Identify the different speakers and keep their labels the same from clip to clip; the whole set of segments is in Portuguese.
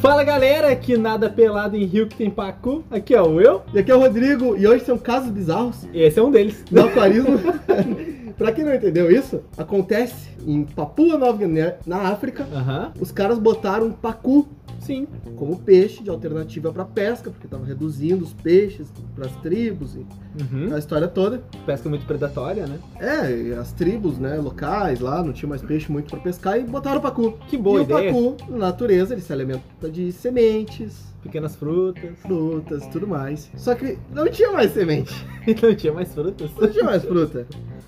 Speaker 1: Fala galera, aqui nada pelado em Rio que tem Pacu. Aqui é o eu,
Speaker 2: E aqui é o Rodrigo, e hoje um são casos bizarros
Speaker 1: esse é um deles.
Speaker 2: do aquarismo. pra quem não entendeu isso, acontece em Papua Nova Guiné, na África.
Speaker 1: Aham,
Speaker 2: Os caras botaram um pacu
Speaker 1: sim.
Speaker 2: como peixe de alternativa pra pesca, porque tava reduzindo os peixes pras tribos e
Speaker 1: Uhum.
Speaker 2: a história toda.
Speaker 1: Pesca muito predatória, né?
Speaker 2: É, e as tribos, né, locais lá, não tinha mais peixe muito pra pescar e botaram o pacu.
Speaker 1: Que boa
Speaker 2: e
Speaker 1: ideia.
Speaker 2: o pacu, na natureza, ele se alimenta de sementes,
Speaker 1: Pequenas frutas.
Speaker 2: frutas, tudo mais. Só que não tinha mais semente.
Speaker 1: Não tinha mais frutas.
Speaker 2: Não tinha mais fruta.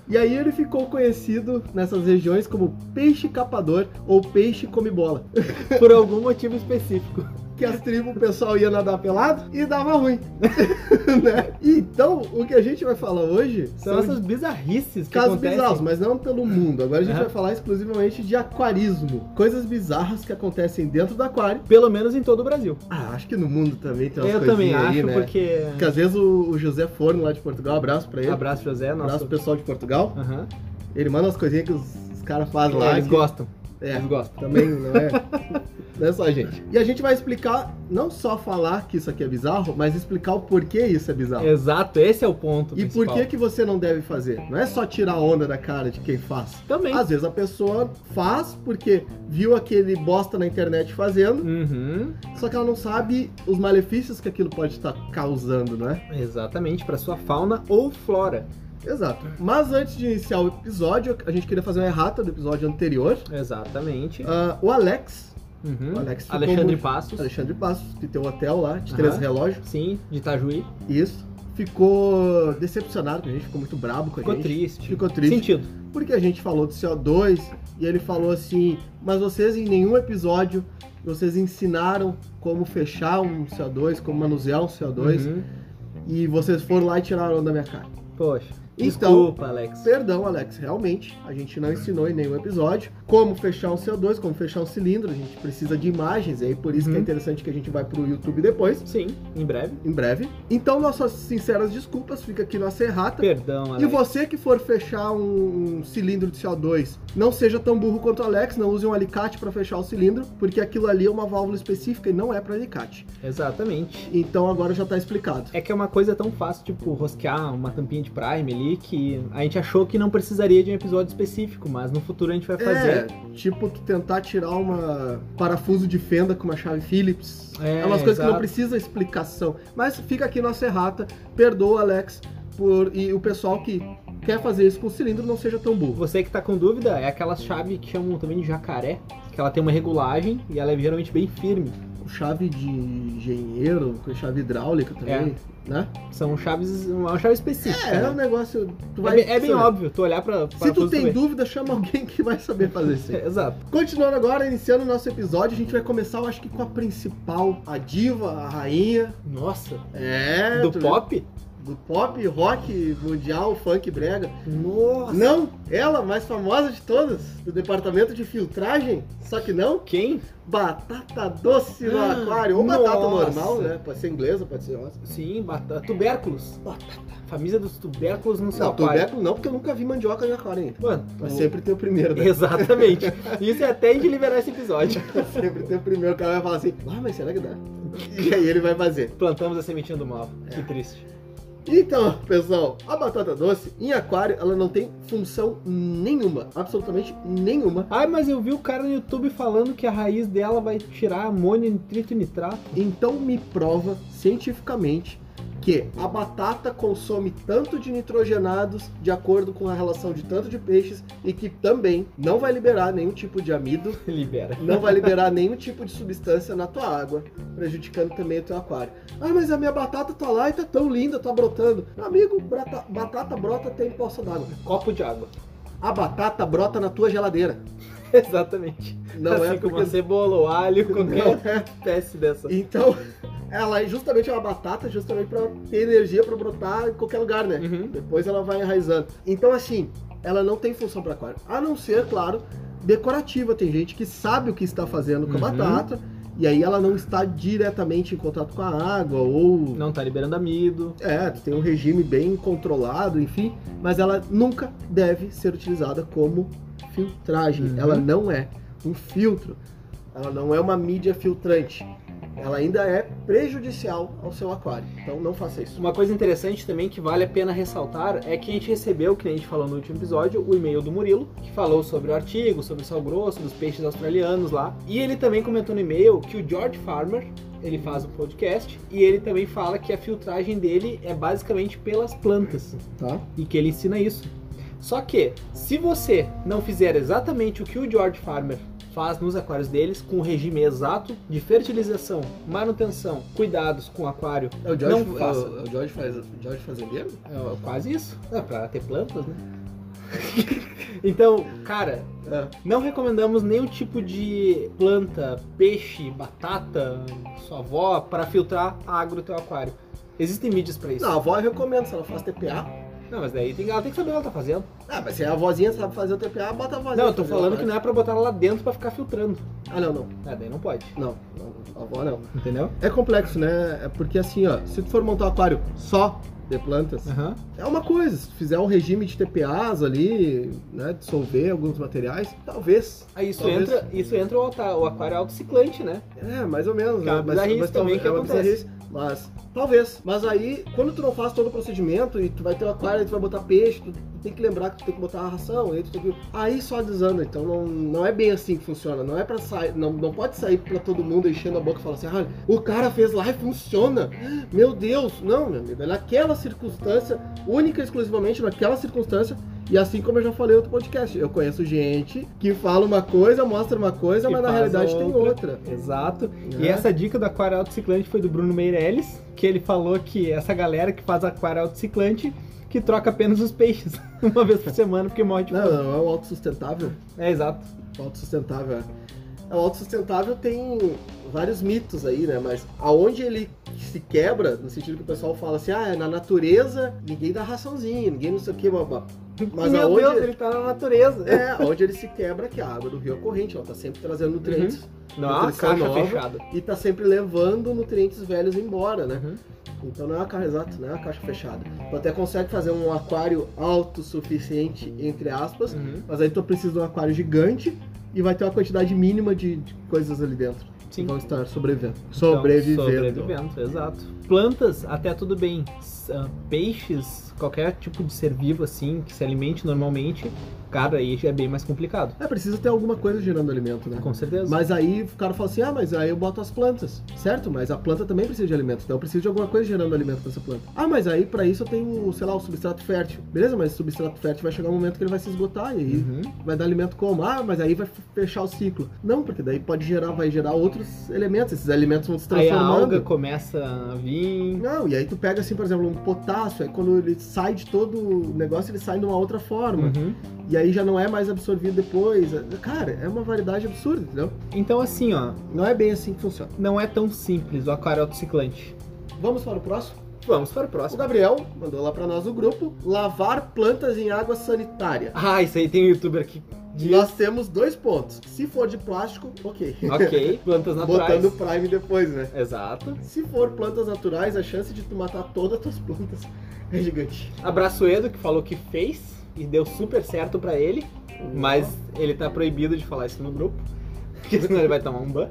Speaker 2: E aí ele ficou conhecido nessas regiões como peixe capador ou peixe come bola.
Speaker 1: Por algum motivo específico.
Speaker 2: Que as tribos, o pessoal ia nadar pelado e dava ruim. né? E Então, o que a gente vai falar hoje
Speaker 1: São
Speaker 2: são
Speaker 1: essas bizarrices que
Speaker 2: casos
Speaker 1: acontecem.
Speaker 2: bizarros, mas não pelo mundo. Agora a gente
Speaker 1: Aham.
Speaker 2: vai falar exclusivamente de aquarismo. Coisas bizarras que acontecem dentro do aquário.
Speaker 1: Pelo menos em todo o Brasil.
Speaker 2: Ah, acho que no mundo também tem umas
Speaker 1: eu também
Speaker 2: coisinhas
Speaker 1: acho,
Speaker 2: aí, né?
Speaker 1: porque.
Speaker 2: Porque às vezes o o José Forno lá de Portugal, abraço pra ele.
Speaker 1: Abraço, José,
Speaker 2: Abraço
Speaker 1: nosso.
Speaker 2: pro pessoal de Portugal.
Speaker 1: Aham.
Speaker 2: Ele manda as coisinhas que os, os caras fazem lá.
Speaker 1: Eles
Speaker 2: que-
Speaker 1: gostam.
Speaker 2: É,
Speaker 1: Eles gostam.
Speaker 2: Também não é. Não é só a gente. E a gente vai explicar, não só falar que isso aqui é bizarro, mas explicar o porquê isso é bizarro.
Speaker 1: Exato, esse é o ponto.
Speaker 2: e por que que você não deve fazer? Não é só tirar onda da cara de quem faz.
Speaker 1: Também.
Speaker 2: Às vezes a pessoa faz porque viu aquele bosta na internet fazendo,
Speaker 1: Uhum.
Speaker 2: só que ela não sabe os malefícios que aquilo pode estar causando, não é?
Speaker 1: Exatamente, pra sua fauna ou flora.
Speaker 2: Exato. Mas antes de iniciar o episódio, a gente queria fazer uma errata do episódio anterior.
Speaker 1: Exatamente.
Speaker 2: Ah, o Alex,
Speaker 1: Uhum.
Speaker 2: o Alex ficou
Speaker 1: Alexandre
Speaker 2: muito-
Speaker 1: Passos.
Speaker 2: Alexandre Passos, que tem um hotel lá de três
Speaker 1: Aham.
Speaker 2: relógios.
Speaker 1: Sim, de Itajuí.
Speaker 2: Isso. Ficou decepcionado com a gente, ficou muito brabo com a
Speaker 1: Ficou
Speaker 2: gente.
Speaker 1: triste.
Speaker 2: Ficou triste.
Speaker 1: Sentido.
Speaker 2: Porque a gente falou do CO2 e ele falou assim: Mas vocês em nenhum episódio vocês ensinaram como fechar um CO2, como manusear um CO2
Speaker 1: Uhum.
Speaker 2: e vocês foram lá e tiraram da minha cara.
Speaker 1: Poxa.
Speaker 2: Então-
Speaker 1: Desculpa, Alex.
Speaker 2: Perdão, Alex, realmente a gente não ensinou em nenhum episódio como fechar um CO2, como fechar um cilindro. A gente precisa de imagens, e aí por isso que
Speaker 1: Uhum.
Speaker 2: é interessante que a gente vai pro YouTube depois,
Speaker 1: Sim, em breve.
Speaker 2: em breve. Então, nossas sinceras desculpas, fica aqui nossa errata.
Speaker 1: Perdão, Alex.
Speaker 2: E você que for fechar um cilindro de CO2, não seja tão burro quanto o Alex, não use um alicate para fechar o cilindro, porque aquilo ali é uma válvula específica e não é para alicate.
Speaker 1: Exatamente.
Speaker 2: Então agora já tá explicado.
Speaker 1: É que é uma coisa tão fácil, tipo, rosquear uma tampinha de Prime ali, que a gente achou que não precisaria de um episódio específico, mas no futuro a gente vai
Speaker 2: É,
Speaker 1: fazer.
Speaker 2: tipo tu tentar tirar uma parafuso de fenda com uma chave Phillips.
Speaker 1: É,
Speaker 2: É, umas coisas que
Speaker 1: exato.
Speaker 2: não precisa explicação. Mas fica aqui nossa errata, perdoa Alex por e o pessoal que quer fazer isso com cilindro não seja tão burro.
Speaker 1: Você que tá com dúvida, é aquela chave que chamam também de jacaré, que ela tem uma regulagem e ela é geralmente bem firme.
Speaker 2: Chave de engenheiro, com chave hidráulica também,
Speaker 1: É.
Speaker 2: né?
Speaker 1: São chaves, uma chave específica.
Speaker 2: É, é um
Speaker 1: né?
Speaker 2: negócio. Tu
Speaker 1: É
Speaker 2: vai
Speaker 1: bem- é bem
Speaker 2: saber.
Speaker 1: óbvio, tu olhar pra.
Speaker 2: Se tu
Speaker 1: parafuso
Speaker 2: tem
Speaker 1: também.
Speaker 2: dúvida, chama alguém que vai saber fazer isso. aí.
Speaker 1: É, Exato.
Speaker 2: Continuando agora, iniciando o nosso episódio, a gente vai começar, eu acho que com a principal, a diva, a rainha.
Speaker 1: Nossa.
Speaker 2: É.
Speaker 1: do
Speaker 2: tu-
Speaker 1: pop?
Speaker 2: Do pop, rock, mundial, funk, brega.
Speaker 1: Nossa.
Speaker 2: Não, ela, mais famosa de todas, do departamento de filtragem, só que não,
Speaker 1: Quem?
Speaker 2: batata doce no
Speaker 1: Ah,
Speaker 2: aquário. Ou batata
Speaker 1: nossa.
Speaker 2: normal, né? Pode ser inglesa, pode ser nossa.
Speaker 1: Sim, batata. Tubérculos. Batata. Família dos tubérculos no seu
Speaker 2: Não,
Speaker 1: aquário.
Speaker 2: tubérculo não, porque eu nunca vi mandioca no aquário ainda.
Speaker 1: Mano,
Speaker 2: Mas
Speaker 1: o-
Speaker 2: sempre tem o primeiro, né?
Speaker 1: Exatamente. Isso é até de liberar esse episódio.
Speaker 2: Sempre tem o primeiro, o cara vai falar assim, ah, mas será que dá? E aí ele vai fazer.
Speaker 1: Plantamos a sementinha do mal.
Speaker 2: É.
Speaker 1: Que triste.
Speaker 2: Então, pessoal, a batata doce em aquário, ela não tem função nenhuma, absolutamente nenhuma.
Speaker 1: Ai, mas eu vi o cara no YouTube falando que a raiz dela vai tirar amônio, nitrito e nitrato.
Speaker 2: Então me prova cientificamente que a batata consome tanto de nitrogenados de acordo com a relação de tanto de peixes e que também não vai liberar nenhum tipo de amido,
Speaker 1: Libera.
Speaker 2: não vai liberar nenhum tipo de substância na tua água, prejudicando também o teu aquário. Ah, mas a minha batata tá lá e tá tão linda, tá brotando. Meu amigo, brata- batata brota até em poça d'água.
Speaker 1: Um Copo de água.
Speaker 2: A batata brota na tua geladeira.
Speaker 1: Exatamente.
Speaker 2: Não
Speaker 1: assim
Speaker 2: é
Speaker 1: como
Speaker 2: porque...
Speaker 1: a cebola, o alho,
Speaker 2: Não
Speaker 1: qualquer
Speaker 2: é.
Speaker 1: espécie dessa.
Speaker 2: Então, ela é justamente uma batata, justamente pra ter energia pra brotar em qualquer lugar, né?
Speaker 1: Uhum.
Speaker 2: Depois ela vai enraizando. Então, assim, ela não tem função para aquário. A não ser, claro, decorativa. Tem gente que sabe o que está fazendo com a
Speaker 1: Uhum.
Speaker 2: batata. E aí ela não está diretamente em contato com a água ou.
Speaker 1: Não tá liberando amido.
Speaker 2: É, tu tem um regime bem controlado, enfim, mas ela nunca deve ser utilizada como filtragem.
Speaker 1: Uhum.
Speaker 2: Ela não é um filtro. Ela não é uma mídia filtrante. Ela ainda é prejudicial ao seu aquário. Então não faça isso.
Speaker 1: Uma coisa interessante também que vale a pena ressaltar é que a gente recebeu, que nem a gente falou no último episódio, o e-mail do Murilo, que falou sobre o artigo, sobre o sal grosso, dos peixes australianos lá. E ele também comentou no e-mail que o George Farmer, ele faz o podcast, e ele também fala que a filtragem dele é basicamente pelas plantas,
Speaker 2: Tá?
Speaker 1: e que ele ensina isso. Só que, se você não fizer exatamente o que o George Farmer faz nos aquários deles, com o regime exato de fertilização, manutenção, cuidados com o aquário,
Speaker 2: É o
Speaker 1: Não
Speaker 2: George, não,
Speaker 1: faça.
Speaker 2: É o George, faz, George Fazendeiro?
Speaker 1: É quase isso. É pra ter plantas, né? então, cara,
Speaker 2: É.
Speaker 1: não recomendamos nenhum tipo de planta, peixe, batata, sua avó, para filtrar a água do teu aquário. Existem mídias pra isso.
Speaker 2: Não, a avó eu recomendo, se ela faz TPA.
Speaker 1: Não, mas daí tem, ela tem que saber o que ela tá fazendo.
Speaker 2: Ah, mas se a vozinha sabe fazer o TPA, bota a vozinha.
Speaker 1: Não, eu tô
Speaker 2: fazer o
Speaker 1: falando que
Speaker 2: aquário.
Speaker 1: não é pra botar ela lá dentro pra ficar filtrando.
Speaker 2: Ah, não, não.
Speaker 1: Ah, daí não pode.
Speaker 2: Não, não, a avó não.
Speaker 1: Entendeu?
Speaker 2: É complexo, né? É porque assim, ó, se tu for montar um aquário só de plantas,
Speaker 1: Aham.
Speaker 2: é uma coisa. Se tu fizer um regime de TPAs ali, né? Dissolver alguns materiais, talvez.
Speaker 1: Aí isso
Speaker 2: Talvez.
Speaker 1: entra, isso entra o, ata- o aquário autociclante, né?
Speaker 2: É, mais ou menos,
Speaker 1: Que é uma
Speaker 2: né?
Speaker 1: bizarrice também
Speaker 2: talvez-
Speaker 1: que
Speaker 2: é uma
Speaker 1: acontece.
Speaker 2: bizarrice, Mas talvez. Mas aí, quando tu não faz todo o procedimento e tu vai ter um aquário, tu vai botar peixe, tu tem que lembrar que tu tem que botar a ração, aí tu tem que. Aí só desanda. Então não, não é bem assim que funciona. Não é para sair. Não, não pode sair pra todo mundo enchendo a boca e falar assim, ah, o cara fez lá e funciona. Meu Deus! Não, meu amigo, é naquela circunstância, única e exclusivamente naquela circunstância. E assim como eu já falei em outro podcast, eu conheço gente que fala uma coisa, mostra uma coisa,
Speaker 1: Que
Speaker 2: mas na
Speaker 1: faz
Speaker 2: realidade tem
Speaker 1: outra.
Speaker 2: outra.
Speaker 1: Exato. E
Speaker 2: né?
Speaker 1: essa dica do aquário autociclante foi do Bruno Meirelles, que ele falou que essa galera que faz aquário autociclante que troca apenas os peixes uma vez por semana porque morre de
Speaker 2: Não,
Speaker 1: fome.
Speaker 2: não, é o autossustentável.
Speaker 1: É, exato.
Speaker 2: O autossustentável é. É, O autossustentável tem vários mitos aí, né? Mas aonde ele se quebra, no sentido que o pessoal fala assim, ah, é na natureza, ninguém dá raçãozinha, ninguém não sei o que, babá. Mas
Speaker 1: Meu
Speaker 2: aonde-
Speaker 1: Deus, ele tá na natureza.
Speaker 2: É, aonde ele se quebra é que a água do rio é corrente, ela tá sempre trazendo nutrientes
Speaker 1: Não, é uma
Speaker 2: Nutrição
Speaker 1: caixa
Speaker 2: nova.
Speaker 1: fechada.
Speaker 2: e tá sempre levando nutrientes velhos embora, né? Então não é uma caixa exato, não é uma caixa fechada. Tu até consegue fazer um aquário autossuficiente, entre aspas,
Speaker 1: Uhum.
Speaker 2: Mas aí tu precisa de um aquário gigante e vai ter uma quantidade mínima de, de coisas ali dentro.
Speaker 1: Sim.
Speaker 2: Que vão estar sobrevivendo.
Speaker 1: Então,
Speaker 2: Sobrevivendo.
Speaker 1: sobrevivendo, exato. Plantas, até tudo bem. S- ah, Peixes, qualquer tipo de ser vivo assim, que se alimente normalmente, cara, aí já é bem mais complicado.
Speaker 2: É preciso ter alguma coisa gerando alimento, né?
Speaker 1: Com certeza.
Speaker 2: Mas aí o cara fala assim: ah, mas aí eu boto as plantas, certo? Mas a planta também precisa de alimento, então eu preciso de alguma coisa gerando alimento pra essa planta. Ah, mas aí pra isso eu tenho, sei lá, o substrato fértil. Beleza, mas o substrato fértil vai chegar um momento que ele vai se esgotar e aí
Speaker 1: Uhum.
Speaker 2: vai dar alimento como? Ah, mas aí vai fechar o ciclo. Não, porque daí pode gerar, vai gerar outros elementos, esses elementos vão se
Speaker 1: Aí a
Speaker 2: transformando.
Speaker 1: alga começa a vir.
Speaker 2: Não, e aí tu pega assim, por exemplo, um potássio, aí quando ele sai de todo o negócio, ele sai de uma outra forma.
Speaker 1: Uhum.
Speaker 2: E aí já não é mais absorvido depois. Cara, é uma variedade absurda, entendeu?
Speaker 1: Então assim, ó,
Speaker 2: Não é bem assim que funciona.
Speaker 1: não é tão simples o aquário autociclante.
Speaker 2: Vamos para o próximo?
Speaker 1: Vamos para o
Speaker 2: O
Speaker 1: próximo.
Speaker 2: Gabriel mandou lá para nós o grupo lavar plantas em água sanitária.
Speaker 1: Ah, isso aí tem um youtuber aqui. De...
Speaker 2: Nós temos dois pontos. Se for de plástico, ok.
Speaker 1: ok, plantas naturais.
Speaker 2: Botando o prime depois, né?
Speaker 1: Exato.
Speaker 2: Se for plantas naturais, a chance de tu matar todas as tuas plantas é gigante.
Speaker 1: Abraço Edo, que falou que fez e deu super certo pra ele, mas ele tá proibido de falar isso no grupo, porque senão ele vai tomar um ban.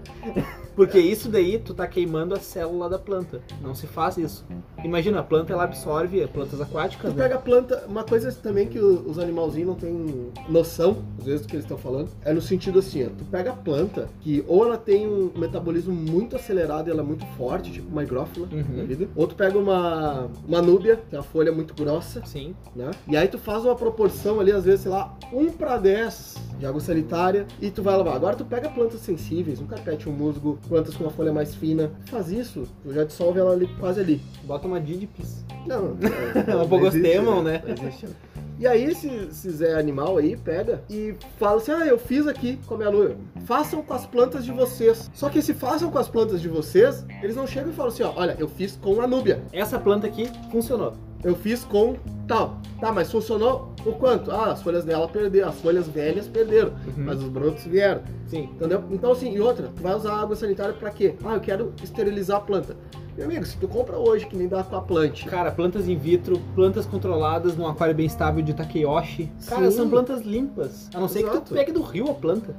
Speaker 1: Porque isso daí, tu tá queimando a célula da planta. Não se faz isso. Imagina, a planta ela absorve plantas aquáticas,
Speaker 2: Tu
Speaker 1: né?
Speaker 2: pega a planta, uma coisa também que o- os animalzinhos não têm noção, às vezes, do que eles estão falando, é no sentido assim, ó, tu pega a planta, que ou ela tem um metabolismo muito acelerado e ela é muito forte, tipo uma higrófila
Speaker 1: Uhum.
Speaker 2: da vida, ou tu pega uma, uma núbia, que é uma folha muito grossa,
Speaker 1: Sim.
Speaker 2: né? E aí tu faz uma proporção ali, às vezes, sei lá, 1 para 10 de água sanitária e tu vai lavar. Agora tu pega plantas sensíveis, um carpete, um musgo, plantas com uma folha mais fina, faz isso, tu já dissolve ela ali, quase ali.
Speaker 1: Bota uma Didipis.
Speaker 2: Não,
Speaker 1: É um Bogostemon, né?
Speaker 2: Não existe, né? E aí esse, esse Zé animal aí pega e fala assim, ah, eu fiz aqui com a minha lua, façam com as plantas de vocês. Só que se façam com as plantas de vocês, eles não chegam e falam assim, ó, olha, eu fiz com a núbia,
Speaker 1: Essa planta aqui funcionou.
Speaker 2: eu fiz com tal. Tá, mas funcionou o quanto? Ah, as folhas dela perderam, as folhas velhas perderam,
Speaker 1: Hum.
Speaker 2: mas os brotos vieram.
Speaker 1: Sim.
Speaker 2: Entendeu? Então, assim, e outra, tu vai usar água sanitária pra quê? Ah, eu quero esterilizar a planta. Meu amigo, se tu compra hoje, que nem dá com a planta,
Speaker 1: Cara, plantas in vitro, plantas controladas num aquário bem estável de Takeyoshi. Cara,
Speaker 2: Sim.
Speaker 1: são plantas limpas. A não ser que tu
Speaker 2: Exato.
Speaker 1: pegue do rio a planta.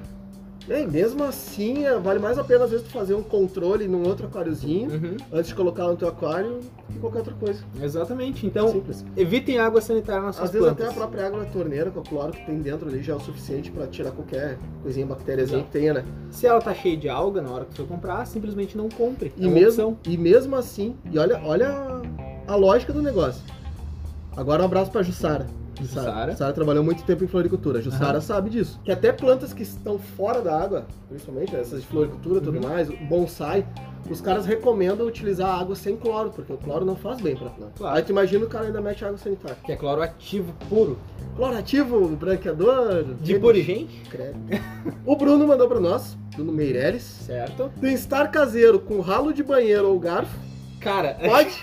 Speaker 2: É, E mesmo assim, é, vale mais a pena às vezes tu fazer um controle num outro aquáriozinho
Speaker 1: Uhum,
Speaker 2: antes de colocar no teu aquário que qualquer outra coisa.
Speaker 1: Exatamente. Então,
Speaker 2: Simples.
Speaker 1: evitem água sanitária nas suas
Speaker 2: Às vezes até
Speaker 1: plantas.
Speaker 2: a própria água da torneira, com o cloro que tem dentro ali, já é o suficiente pra tirar qualquer coisinha,
Speaker 1: Tá.
Speaker 2: bactériazinha que tenha, né?
Speaker 1: Se ela tá cheia de alga na hora que for comprar, simplesmente não compre.
Speaker 2: E
Speaker 1: É uma
Speaker 2: mesmo,
Speaker 1: opção.
Speaker 2: e mesmo assim, e olha, olha a- a lógica do negócio. Agora um abraço pra Jussara.
Speaker 1: Jussara.
Speaker 2: Jussara trabalhou muito tempo em floricultura. Jussara sabe disso. Que até plantas que estão fora da água, principalmente né, essas de floricultura e tudo
Speaker 1: Uhum.
Speaker 2: mais, o bonsai, os caras recomendam utilizar água sem cloro, porque o cloro não faz bem pra planta.
Speaker 1: Claro.
Speaker 2: Aí tu imagina o cara ainda mete água sanitária.
Speaker 1: Que é cloro ativo puro. Tipo
Speaker 2: Clorativo, branqueador...
Speaker 1: De
Speaker 2: ele-
Speaker 1: purigente,
Speaker 2: Credo. o Bruno mandou pra nós, Bruno Meirelles.
Speaker 1: certo?
Speaker 2: Bem-estar caseiro com ralo de banheiro ou garfo.
Speaker 1: Cara,
Speaker 2: Pode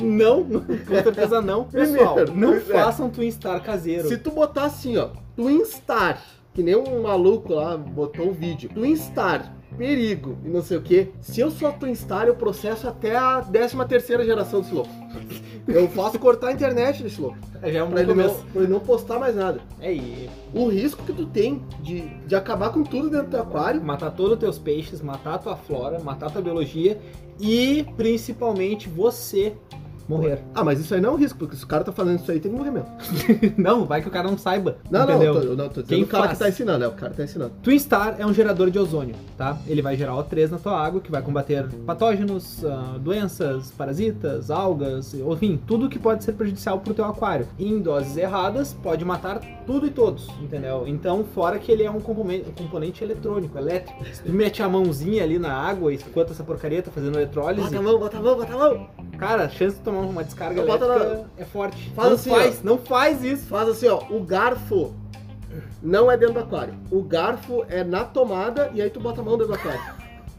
Speaker 1: não, com certeza não. Pessoal,
Speaker 2: Primeiro,
Speaker 1: não
Speaker 2: pois é.
Speaker 1: façam Twin Star caseiro.
Speaker 2: Se tu botar assim, ó, Twinstar, que nem um maluco lá botou um vídeo, Twinstar, perigo e não sei o que. Se eu sou a Twinstar, eu processo até a 13 terceira geração desse louco. Eu faço cortar a internet desse louco,
Speaker 1: Já é um
Speaker 2: pra ele,
Speaker 1: pouco
Speaker 2: não,
Speaker 1: meu-
Speaker 2: pra ele não postar mais nada.
Speaker 1: É aí.
Speaker 2: O risco que tu tem de, de acabar com tudo dentro do aquário,
Speaker 1: Matar todos os teus peixes, matar a tua flora, matar a tua biologia e principalmente você morrer.
Speaker 2: ah, mas isso aí não é um risco, porque se o cara tá fazendo isso aí, tem que morrer mesmo.
Speaker 1: Não, vai que o cara não saiba.
Speaker 2: Não,
Speaker 1: entendeu?
Speaker 2: não, eu tô, eu não, tô dizendo
Speaker 1: Quem
Speaker 2: o cara
Speaker 1: faz?
Speaker 2: que tá ensinando, é, o cara que tá ensinando.
Speaker 1: Twinstar é um gerador de ozônio, tá? Ele vai gerar O3 na tua água, que vai combater patógenos, ah, doenças, parasitas, algas, enfim, tudo que pode ser prejudicial pro teu aquário. E em doses erradas, pode matar tudo e todos, entendeu? Então, fora que ele é um componente, componente eletrônico, elétrico. Se tu mete a mãozinha ali na água, enquanto essa porcaria tá fazendo eletrólise,
Speaker 2: Bota a mão, bota a mão, bota a mão.
Speaker 1: cara, a chance de tomar uma descarga
Speaker 2: Então Bota
Speaker 1: elétrica
Speaker 2: na-
Speaker 1: é forte.
Speaker 2: Faz
Speaker 1: não
Speaker 2: assim,
Speaker 1: faz, não faz isso.
Speaker 2: Faz assim, ó, o garfo não é dentro do aquário. O garfo é na tomada e aí tu bota a mão dentro do aquário.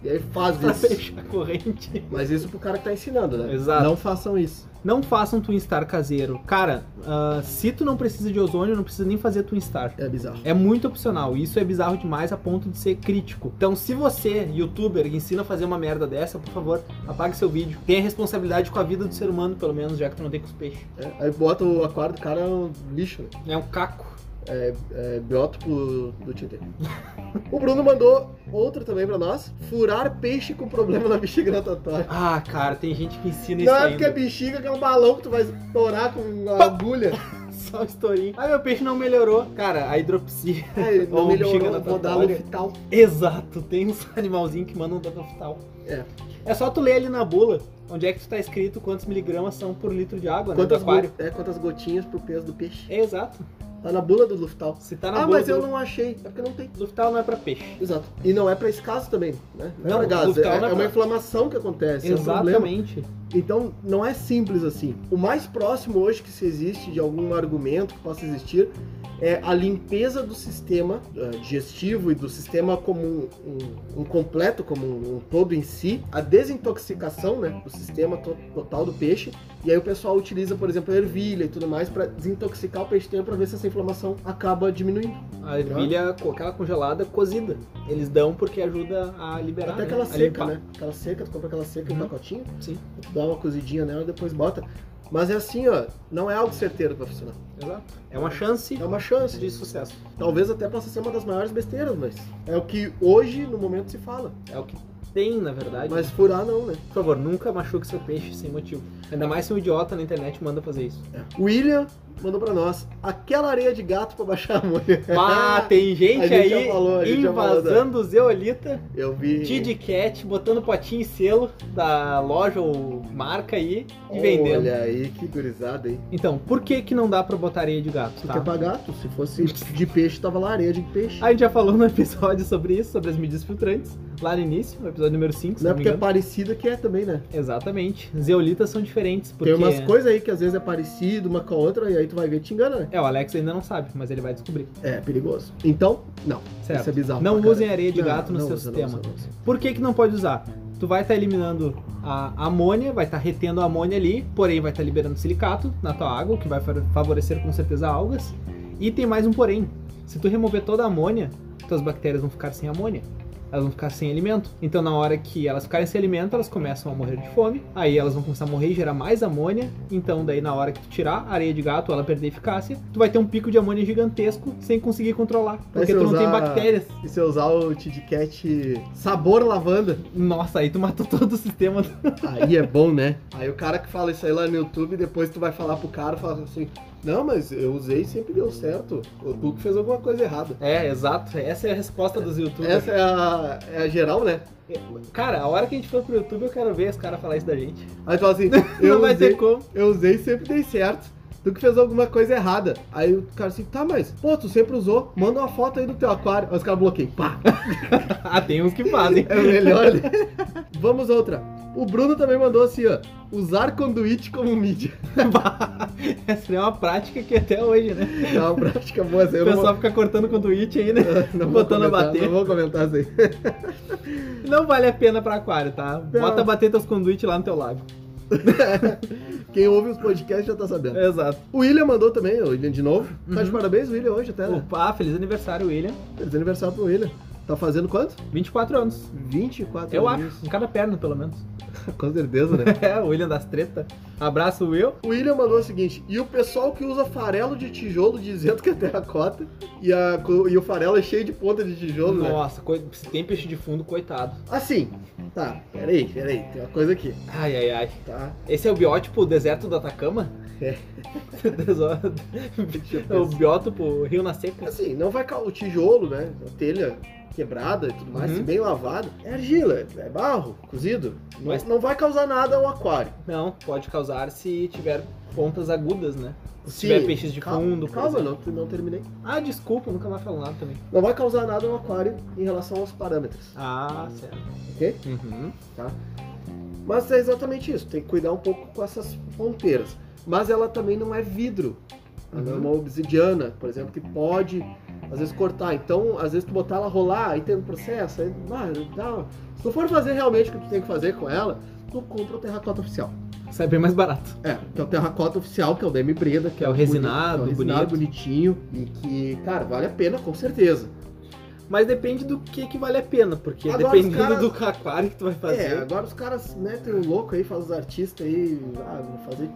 Speaker 2: E aí faz
Speaker 1: Pra
Speaker 2: isso.
Speaker 1: fechar a corrente.
Speaker 2: Mas isso pro cara que tá ensinando, né?
Speaker 1: Exato.
Speaker 2: Não façam isso.
Speaker 1: Não faça um Twinstar caseiro. Cara, ah, se tu não precisa de ozônio, não precisa nem fazer Twinstar.
Speaker 2: É bizarro.
Speaker 1: É muito opcional, e isso é bizarro demais a ponto de ser crítico. Então, se você, youtuber, que ensina a fazer uma merda dessa, por favor, apague seu vídeo. Tenha responsabilidade com a vida do ser humano, pelo menos, já que tu não tem com os peixes.
Speaker 2: É, aí bota o aquário do cara é um lixo, né?
Speaker 1: É um caco.
Speaker 2: É biótipo do Tietê. o Bruno mandou outro também pra nós. Furar peixe com problema na bexiga natatória.
Speaker 1: Ah, cara, tem gente que ensina isso
Speaker 2: Não é porque é
Speaker 1: ainda.
Speaker 2: bexiga que é um balão que tu vai estourar com uma agulha.
Speaker 1: Só um estourinho. Ah, meu peixe não melhorou. Cara, a hidropsia.
Speaker 2: Aí,
Speaker 1: Ou um
Speaker 2: não É, melhorou,
Speaker 1: bexiga
Speaker 2: vou dar
Speaker 1: natatória.
Speaker 2: Lufital.
Speaker 1: Exato, tem uns animalzinhos que mandam dano hospital.
Speaker 2: É.
Speaker 1: É só tu ler ali na bula onde é que tu tá escrito quantos miligramas são por litro de água, né? do
Speaker 2: Quantas, go-
Speaker 1: aquário.
Speaker 2: é, quantas gotinhas pro peso do peixe.
Speaker 1: É exato.
Speaker 2: Tá na bula do Luftal.
Speaker 1: Se tá na
Speaker 2: Ah,
Speaker 1: bula
Speaker 2: mas
Speaker 1: do...
Speaker 2: eu não achei. É porque não tem.
Speaker 1: do hospital não é pra peixe.
Speaker 2: Exato. E não é pra esse caso também, né? Não,
Speaker 1: Não,
Speaker 2: é pra gases. É,
Speaker 1: Luftal não é
Speaker 2: é uma
Speaker 1: pra-
Speaker 2: inflamação que acontece. é um problema.
Speaker 1: Exatamente.
Speaker 2: então, não é simples assim. O mais próximo hoje que se existe de algum argumento que possa existir é a limpeza do sistema eh, digestivo e do sistema como um, um- um completo, como um, um todo em si. A desintoxicação, né? Do sistema to- total do peixe. E aí o pessoal utiliza, por exemplo, a ervilha e tudo mais pra desintoxicar o peixe para ver se essa inflamação acaba diminuindo.
Speaker 1: A ervilha, com aquela congelada, cozida. Eles dão porque ajuda a liberar.
Speaker 2: Até
Speaker 1: né?
Speaker 2: aquela
Speaker 1: A
Speaker 2: seca,
Speaker 1: limpar.
Speaker 2: né? Aquela seca, tu compra aquela seca
Speaker 1: Uhum.
Speaker 2: no pacotinho,
Speaker 1: Sim,
Speaker 2: tu dá uma cozidinha nela e depois bota. Mas é assim, ó, não é algo certeiro que vai funcionar.
Speaker 1: exato. É uma chance
Speaker 2: É uma chance.
Speaker 1: de sucesso.
Speaker 2: Talvez até possa ser uma das maiores besteiras, mas é o que hoje, no momento, se fala.
Speaker 1: É o que tem, na verdade.
Speaker 2: Mas furar não, né?
Speaker 1: Por favor, nunca machuque seu peixe sem motivo. Ainda mais se um idiota na internet manda fazer isso.
Speaker 2: O William mandou pra nós aquela areia de gato pra baixar a mulher.
Speaker 1: Ah, tem gente,
Speaker 2: A gente já
Speaker 1: aí
Speaker 2: falou, a gente já falou da-
Speaker 1: invasando o zeolita,
Speaker 2: Eu vi.
Speaker 1: Tid Cat, botando potinho e selo da loja ou marca aí e vendendo.
Speaker 2: Olha aí, que gurizada, hein?
Speaker 1: Então, por que que não dá pra botar areia de gato,
Speaker 2: Porque
Speaker 1: tá?
Speaker 2: é pra gato, se fosse de peixe, tava lá areia de peixe.
Speaker 1: A gente já falou no episódio sobre isso, sobre as medidas filtrantes, lá no início, no episódio número 5, se não,
Speaker 2: Não é
Speaker 1: me
Speaker 2: porque é
Speaker 1: engano.
Speaker 2: parecida que é também, né?
Speaker 1: Exatamente. Zeolitas são diferentes, porque...
Speaker 2: Tem umas coisas aí que às vezes é parecido uma com a outra e aí tu vai ver te engana, né?
Speaker 1: É, o Alex ainda não sabe, mas ele vai descobrir.
Speaker 2: É perigoso. Então, não.
Speaker 1: Certo.
Speaker 2: Isso é bizarro.
Speaker 1: Não
Speaker 2: pra caralho.
Speaker 1: usem areia de
Speaker 2: Não,
Speaker 1: gato no
Speaker 2: não
Speaker 1: seu
Speaker 2: usa, não
Speaker 1: sistema.
Speaker 2: usa, não usa.
Speaker 1: Por que que não pode usar? Tu vai estar eliminando a amônia, vai estar retendo a amônia ali, porém vai estar liberando silicato na tua água, o que vai fa- favorecer com certeza algas. E tem mais um porém. Se tu remover toda a amônia, tuas bactérias vão ficar sem amônia. elas vão ficar sem alimento. Então, na hora que elas ficarem sem alimento, elas começam a morrer de fome, aí elas vão começar a morrer e gerar mais amônia. Então, daí, na hora que tu tirar a areia de gato, ela perder eficácia, tu vai ter um pico de amônia gigantesco sem conseguir controlar, porque
Speaker 2: se
Speaker 1: tu não tem
Speaker 2: usar-
Speaker 1: bactérias.
Speaker 2: E se eu usar o Tidcat sabor lavanda,
Speaker 1: Nossa, aí tu matou todo o sistema.
Speaker 2: aí é bom, né? Aí o cara que fala isso aí lá no YouTube, depois tu vai falar pro cara, fala assim, não, mas eu usei e sempre deu certo. O tu que fez alguma coisa errada.
Speaker 1: É, exato. Essa é a resposta dos youtubers.
Speaker 2: Essa é a, é a geral, né?
Speaker 1: Cara, a hora que a gente for pro YouTube, eu quero ver os caras falar isso da gente.
Speaker 2: Aí tu fala assim,
Speaker 1: não
Speaker 2: eu
Speaker 1: vai
Speaker 2: usei,
Speaker 1: ter como.
Speaker 2: eu usei e sempre dei certo. Tu que fez alguma coisa errada. Aí o cara assim, tá, mas, pô, tu sempre usou, manda uma foto aí do teu aquário. Aí os caras bloqueiam, pá.
Speaker 1: ah, tem uns que fazem.
Speaker 2: É o melhor. né? Vamos outra. O Bruno também mandou assim, ó. Usar conduíte como mídia.
Speaker 1: Essa é uma prática que até hoje, né?
Speaker 2: É uma prática boa, assim,
Speaker 1: O
Speaker 2: eu não vou-
Speaker 1: pessoal fica cortando conduíte aí, né?
Speaker 2: não vou
Speaker 1: botando a
Speaker 2: comentar,
Speaker 1: bater.
Speaker 2: Não vou comentar assim.
Speaker 1: Não vale a pena pra aquário, tá? Bota bater teus conduíte lá no teu lábio.
Speaker 2: assim. Quem ouve os podcasts já tá sabendo.
Speaker 1: Exato.
Speaker 2: O William mandou também, o William de novo. Tá de
Speaker 1: Uhum.
Speaker 2: parabéns, William, hoje até, né?
Speaker 1: Opa, feliz aniversário, William.
Speaker 2: Feliz aniversário pro William. Tá fazendo quanto?
Speaker 1: 24 anos.
Speaker 2: 24
Speaker 1: Eu
Speaker 2: anos.
Speaker 1: acho, em cada perna, pelo menos.
Speaker 2: Com certeza, né?
Speaker 1: É, o William das Treta. Abraço, Will.
Speaker 2: O William mandou o seguinte: e o pessoal que usa farelo de tijolo dizendo que é terracota e, a, co- e o farelo é cheio de ponta de tijolo, né?
Speaker 1: Nossa, coi- se tem peixe de fundo, coitado.
Speaker 2: Assim, tá, peraí, peraí, tem uma coisa aqui,
Speaker 1: Ai, ai, ai.
Speaker 2: tá?
Speaker 1: Esse é o biótipo deserto do Atacama?
Speaker 2: É.
Speaker 1: Deso-
Speaker 2: Deixa eu
Speaker 1: É o
Speaker 2: pensar.
Speaker 1: biótipo Rio na Seca?
Speaker 2: Assim, não vai cair o tijolo, né? A telha quebrada e tudo mais,
Speaker 1: Uhum.
Speaker 2: se bem lavada. É argila, é barro, cozido. Não,
Speaker 1: Mas-
Speaker 2: não vai causar nada ao aquário.
Speaker 1: Não, pode causar se tiver pontas agudas, né? Se
Speaker 2: Sim.
Speaker 1: tiver peixes de
Speaker 2: Calma,
Speaker 1: fundo, por
Speaker 2: calma,
Speaker 1: exemplo.
Speaker 2: não, não terminei.
Speaker 1: Ah, desculpa, nunca mais falo nada também.
Speaker 2: Não vai causar nada ao aquário em relação aos parâmetros,
Speaker 1: Ah, certo.
Speaker 2: ok?
Speaker 1: Uhum.
Speaker 2: Mas é exatamente isso, tem que cuidar um pouco com essas ponteiras. Mas ela também não é vidro. Ela é
Speaker 1: Uhum.
Speaker 2: uma obsidiana, por exemplo, que pode às vezes cortar. Então, às vezes tu botar ela rolar, aí tem um processo, aí ah, dá. Se tu for fazer realmente o que tu tem que fazer com ela, tu compra o terracota oficial.
Speaker 1: Sai bem mais barato.
Speaker 2: É, que é o terracota oficial, que é o da M Breda, que
Speaker 1: É o
Speaker 2: bonito,
Speaker 1: resinado,
Speaker 2: que é o resinado bonitinho e que, cara, vale a pena com certeza.
Speaker 1: Mas depende do que que vale a pena, porque
Speaker 2: Agora os
Speaker 1: dependendo
Speaker 2: caras-
Speaker 1: do aquário que tu vai
Speaker 2: É,
Speaker 1: fazer,
Speaker 2: agora os caras metem o louco aí, fazem os artistas aí, ah, vou fazer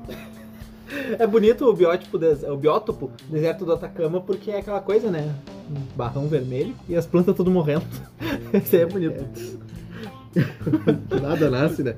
Speaker 1: é, bonito o biótipo, des- o biótopo deserto do Atacama, porque é aquela coisa, né? Um barrão vermelho e as plantas tudo morrendo. Isso aí é bonito.
Speaker 2: Que nada nasce, né?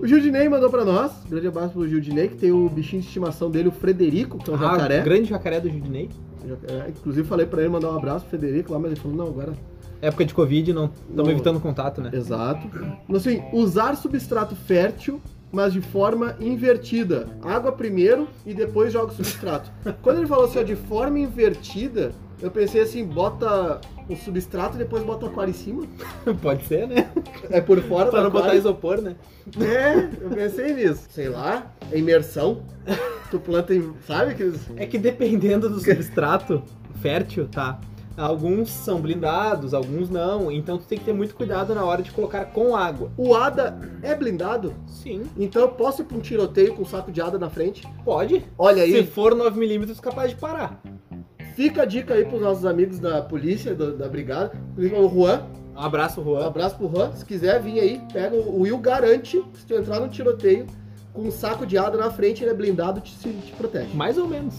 Speaker 2: O Gildinei mandou pra nós. Grande abraço pro Gildinei, que tem o bichinho de estimação dele, o Frederico, que é um
Speaker 1: Ah,
Speaker 2: jacaré.
Speaker 1: grande jacaré do Judinei.
Speaker 2: Jacaré. Inclusive falei pra ele mandar um abraço pro Frederico lá, mas ele falou, não, agora. é.
Speaker 1: Época de Covid, não estamos
Speaker 2: Não.
Speaker 1: evitando contato, né?
Speaker 2: Exato. Então, Assim, usar substrato fértil, mas de forma invertida. Água primeiro e depois joga o substrato. Quando ele falou assim, ó, de forma invertida, eu pensei assim, bota o substrato e depois bota o aquário em cima.
Speaker 1: Pode ser, né?
Speaker 2: É por fora
Speaker 1: Pra
Speaker 2: do
Speaker 1: não botar
Speaker 2: aquário.
Speaker 1: isopor, né?
Speaker 2: É, eu pensei nisso. Sei lá, é imersão. Tu planta em. Sabe aqueles.
Speaker 1: É que dependendo do substrato fértil, tá? Alguns são blindados, alguns não. Então tu tem que ter muito cuidado na hora de colocar com água.
Speaker 2: O ADA é blindado,
Speaker 1: Sim,
Speaker 2: então eu posso ir pra um tiroteio com um saco de ADA na frente.
Speaker 1: pode.
Speaker 2: Olha aí,
Speaker 1: Se for 9mm, capaz de parar.
Speaker 2: fica a dica aí pros nossos amigos da polícia, do- da brigada. Inclusive O Juan,
Speaker 1: Um abraço,
Speaker 2: um
Speaker 1: Juan.
Speaker 2: abraço pro Juan. Se quiser vir aí, pega o o Will garante. Se tu entrar no tiroteio com um saco de ADA na frente, ele é blindado te, se- te protege.
Speaker 1: Mais ou menos.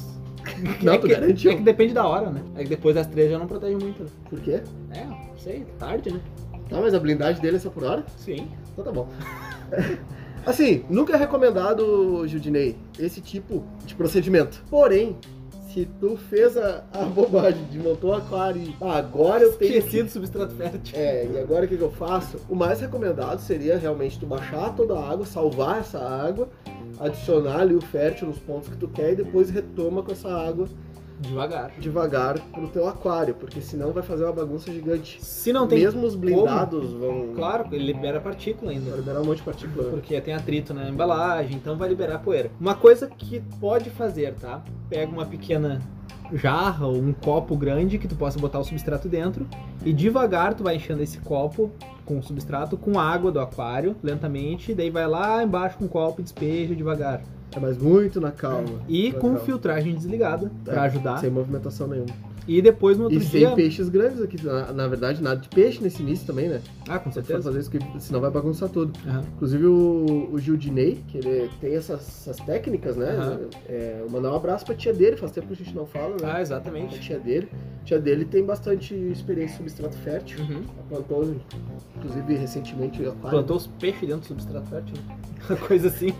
Speaker 2: Não,
Speaker 1: é,
Speaker 2: tu
Speaker 1: que,
Speaker 2: garantiu.
Speaker 1: é que depende da hora, né? É que depois das três já não protege muito. né?
Speaker 2: Por quê?
Speaker 1: É, não sei, tarde, né?
Speaker 2: Tá, mas a blindagem dele é só por hora?
Speaker 1: Sim.
Speaker 2: Então tá bom. assim, nunca é recomendado, Judinei, esse tipo de procedimento. Porém, se tu fez a, a bobagem de montou o aquário e ah, agora eu tenho. que-
Speaker 1: Esqueci do substrato fértil.
Speaker 2: É, e agora o que, que eu faço? O mais recomendado seria realmente tu baixar toda a água, salvar essa água, adicionar ali o fértil nos pontos que tu quer e depois retoma com essa água
Speaker 1: Devagar.
Speaker 2: devagar pro teu aquário, porque senão vai fazer uma bagunça gigante.
Speaker 1: Se não tem.
Speaker 2: Mesmo os blindados vão
Speaker 1: Claro, ele libera partícula ainda.
Speaker 2: liberar um monte de partícula. né?
Speaker 1: Porque tem atrito na embalagem, então vai liberar poeira. Uma coisa que pode fazer, tá? Pega uma pequena jarra ou um copo grande que tu possa botar o substrato dentro e devagar tu vai enchendo esse copo com o substrato com água do aquário lentamente, daí vai lá embaixo com o copo e despeja devagar.
Speaker 2: É, mas muito na calma.
Speaker 1: E
Speaker 2: Legal.
Speaker 1: com filtragem desligada pra ajudar.
Speaker 2: Sem movimentação nenhuma.
Speaker 1: E depois no outro
Speaker 2: E
Speaker 1: dia.
Speaker 2: sem peixes grandes aqui. Na, na verdade, nada de peixe nesse início também, né?
Speaker 1: Ah, com
Speaker 2: Você pode
Speaker 1: certeza.
Speaker 2: fazer isso, que senão vai bagunçar tudo.
Speaker 1: Aham.
Speaker 2: Inclusive o, o Gildinei, que ele tem essas, essas técnicas, né?
Speaker 1: Aham.
Speaker 2: É, mandar um abraço pra tia dele, faz tempo que a gente não fala, né?
Speaker 1: Ah,
Speaker 2: A
Speaker 1: exatamente.
Speaker 2: tia dele. A tia dele tem bastante experiência em substrato fértil.
Speaker 1: Uhum.
Speaker 2: Ela plantou, inclusive, recentemente aquário.
Speaker 1: Plantou os peixes dentro do substrato fértil. né? Uma coisa assim.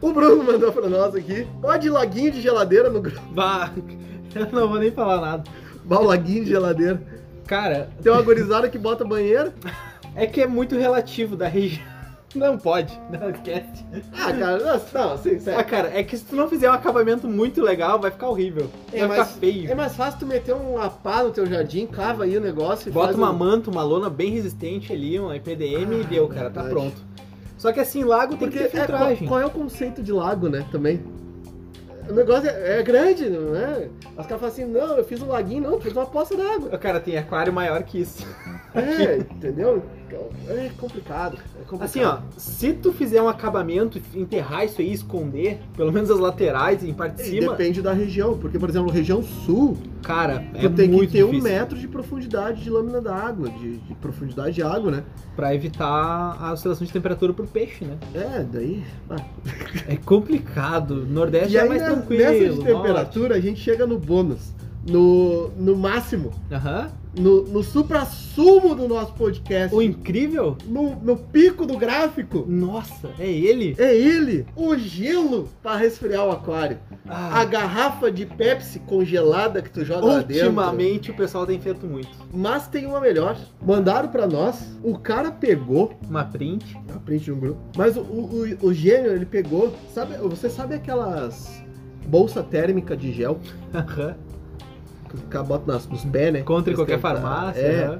Speaker 2: O Bruno mandou pra nós aqui. Ó, de laguinho de geladeira no grupo.
Speaker 1: Bah, eu não vou nem falar nada.
Speaker 2: Bah, o laguinho de geladeira.
Speaker 1: Cara,
Speaker 2: Tem uma gorizada que bota banheiro.
Speaker 1: é que é muito relativo da região. Não pode, não esquece.
Speaker 2: Ah, cara, nossa, não, assim,
Speaker 1: Ah,
Speaker 2: sério.
Speaker 1: cara, é que se tu não fizer um acabamento muito legal, vai ficar horrível.
Speaker 2: É,
Speaker 1: vai
Speaker 2: mas-
Speaker 1: ficar feio.
Speaker 2: É mais fácil tu meter uma pá no teu jardim, cava aí o negócio e
Speaker 1: Bota
Speaker 2: faz
Speaker 1: uma
Speaker 2: um-
Speaker 1: manta, uma lona bem resistente ali, um EPDM e
Speaker 2: Ah,
Speaker 1: deu, cara, tá
Speaker 2: verdade.
Speaker 1: pronto. Só que assim, lago tem
Speaker 2: Porque
Speaker 1: que
Speaker 2: é,
Speaker 1: ter
Speaker 2: qual,
Speaker 1: filtragem.
Speaker 2: qual é o conceito de lago, né? Também. O negócio é, é grande, não é? As caras falam assim, não, eu fiz um laguinho, não, eu fiz uma poça d'água.
Speaker 1: Cara, tem aquário maior que isso.
Speaker 2: É, entendeu? Então, É complicado. É complicado.
Speaker 1: Assim, ó, se tu fizer um acabamento, enterrar isso aí, esconder, pelo menos as laterais em parte de
Speaker 2: E
Speaker 1: cima,
Speaker 2: Depende da região, porque, por exemplo, região sul,
Speaker 1: cara, é
Speaker 2: tu tem que
Speaker 1: muito
Speaker 2: ter um
Speaker 1: difícil
Speaker 2: metro de profundidade de lâmina d'água, de, de profundidade de água, né?
Speaker 1: pra evitar a oscilação de temperatura pro peixe, né?
Speaker 2: É, daí. ah.
Speaker 1: É complicado. Nordeste
Speaker 2: E
Speaker 1: é
Speaker 2: aí,
Speaker 1: mais
Speaker 2: né,
Speaker 1: tranquilo.
Speaker 2: nessa de
Speaker 1: norte.
Speaker 2: temperatura, a gente chega no bônus. No, no máximo,
Speaker 1: Aham.
Speaker 2: no, no supra-sumo do nosso podcast.
Speaker 1: O incrível?
Speaker 2: no, no pico do gráfico,
Speaker 1: Nossa, é ele?
Speaker 2: é ele, o gelo para resfriar o aquário. A
Speaker 1: Ah,
Speaker 2: garrafa de Pepsi congelada que tu joga lá dentro.
Speaker 1: ultimamente o pessoal tem feito muito.
Speaker 2: Mas tem uma melhor. Mandaram para nós. O cara pegou.
Speaker 1: Uma print.
Speaker 2: Na frente de um grupo. Mas o, o, o- o gênio, ele pegou. Sabe, você sabe aquelas bolsa térmica de gel
Speaker 1: Aham.
Speaker 2: que o cara bota nas- nos pés, né?
Speaker 1: Encontre em qualquer
Speaker 2: Esquentar.
Speaker 1: farmácia. né?
Speaker 2: É.
Speaker 1: aham.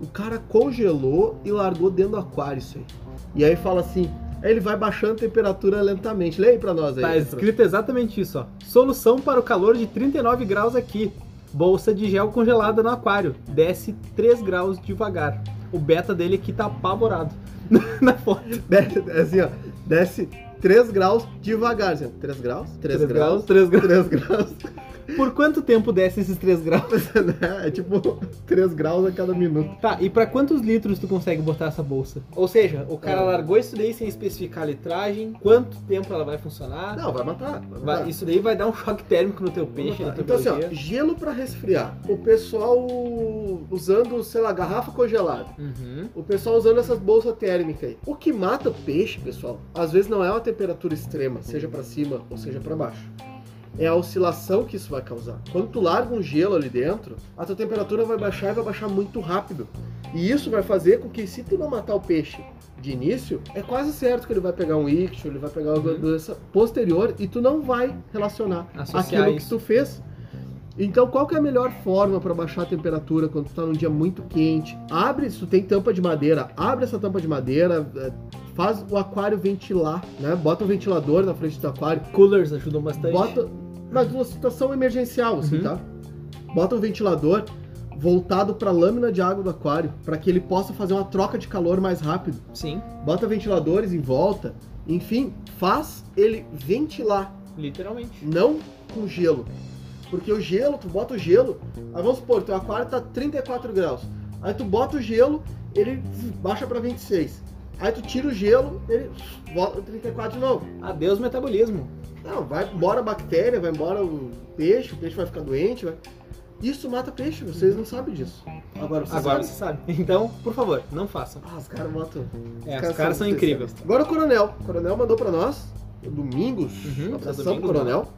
Speaker 2: O cara congelou e largou dentro do aquário isso aí. E aí fala assim, aí ele vai baixando a temperatura lentamente. Lê aí pra nós aí.
Speaker 1: Tá escrito exatamente isso, ó. Solução para o calor de 39 graus aqui. Bolsa de gel congelada no aquário. Desce 3 graus devagar. O beta dele aqui tá apavorado. Na foto.
Speaker 2: Desce, assim, ó, desce 3 graus devagar. Assim, 3 graus? 3, graus.
Speaker 1: 3 graus.
Speaker 2: 3 graus.
Speaker 1: Por quanto tempo desce esses 3 graus?
Speaker 2: né? É tipo 3 graus a cada minuto.
Speaker 1: Tá, e pra quantos litros tu consegue botar essa bolsa? Ah. Ou seja, o cara
Speaker 2: É.
Speaker 1: largou isso daí sem especificar a litragem, quanto tempo ela vai funcionar.
Speaker 2: Não, vai matar. Vai,
Speaker 1: Vai-
Speaker 2: matar.
Speaker 1: isso daí vai dar um choque térmico no teu peixe, na
Speaker 2: Vai
Speaker 1: tua
Speaker 2: matar. Então assim, ó,
Speaker 1: biologia.
Speaker 2: gelo pra resfriar. O pessoal usando, sei lá, garrafa congelada.
Speaker 1: Uhum.
Speaker 2: O pessoal usando essas bolsas térmicas aí. O que mata o peixe, pessoal, às vezes não é uma temperatura extrema, seja pra cima ou seja pra baixo. É a oscilação que isso vai causar. Quando tu larga um gelo ali dentro, a tua temperatura vai baixar e vai baixar muito rápido. E isso vai fazer com que, se tu não matar o peixe de início, é quase certo que ele vai pegar um ictio, ele vai pegar alguma
Speaker 1: Uhum.
Speaker 2: doença posterior e tu não vai relacionar
Speaker 1: Associar
Speaker 2: aquilo
Speaker 1: isso.
Speaker 2: que tu fez. Então, qual que é a melhor forma para baixar a temperatura quando tu tá num dia muito quente? Abre, se tu tem tampa de madeira, abre essa tampa de madeira, eh, faz o aquário ventilar, né? Bota um ventilador na frente do aquário,
Speaker 1: Coolers ajudam bastante.
Speaker 2: bota mas numa situação emergencial, assim,
Speaker 1: Uhum.
Speaker 2: tá? Bota um ventilador voltado para a lâmina de água do aquário, para que ele possa fazer uma troca de calor mais rápido.
Speaker 1: Sim,
Speaker 2: Bota ventiladores em volta, enfim, faz ele ventilar
Speaker 1: literalmente.
Speaker 2: não com gelo. Porque o gelo, tu bota o gelo, aí vamos supor, teu aquário tá 34 graus. Aí tu bota o gelo, ele baixa pra 26. Aí tu tira o gelo, ele volta 34 de novo.
Speaker 1: Adeus metabolismo.
Speaker 2: Não, vai embora a bactéria, vai embora o peixe, o peixe vai ficar doente, vai... Isso mata peixe, vocês não sabem disso. Agora vocês
Speaker 1: Agora
Speaker 2: sabem.
Speaker 1: você sabe. Então, por favor, não façam.
Speaker 2: Ah, os caras matam.
Speaker 1: É, os caras são incríveis.
Speaker 2: Agora o Coronel. O Coronel mandou pra nós, o Domingos,
Speaker 1: Uhum,
Speaker 2: uhum, abração
Speaker 1: Domingos,
Speaker 2: pro Coronel.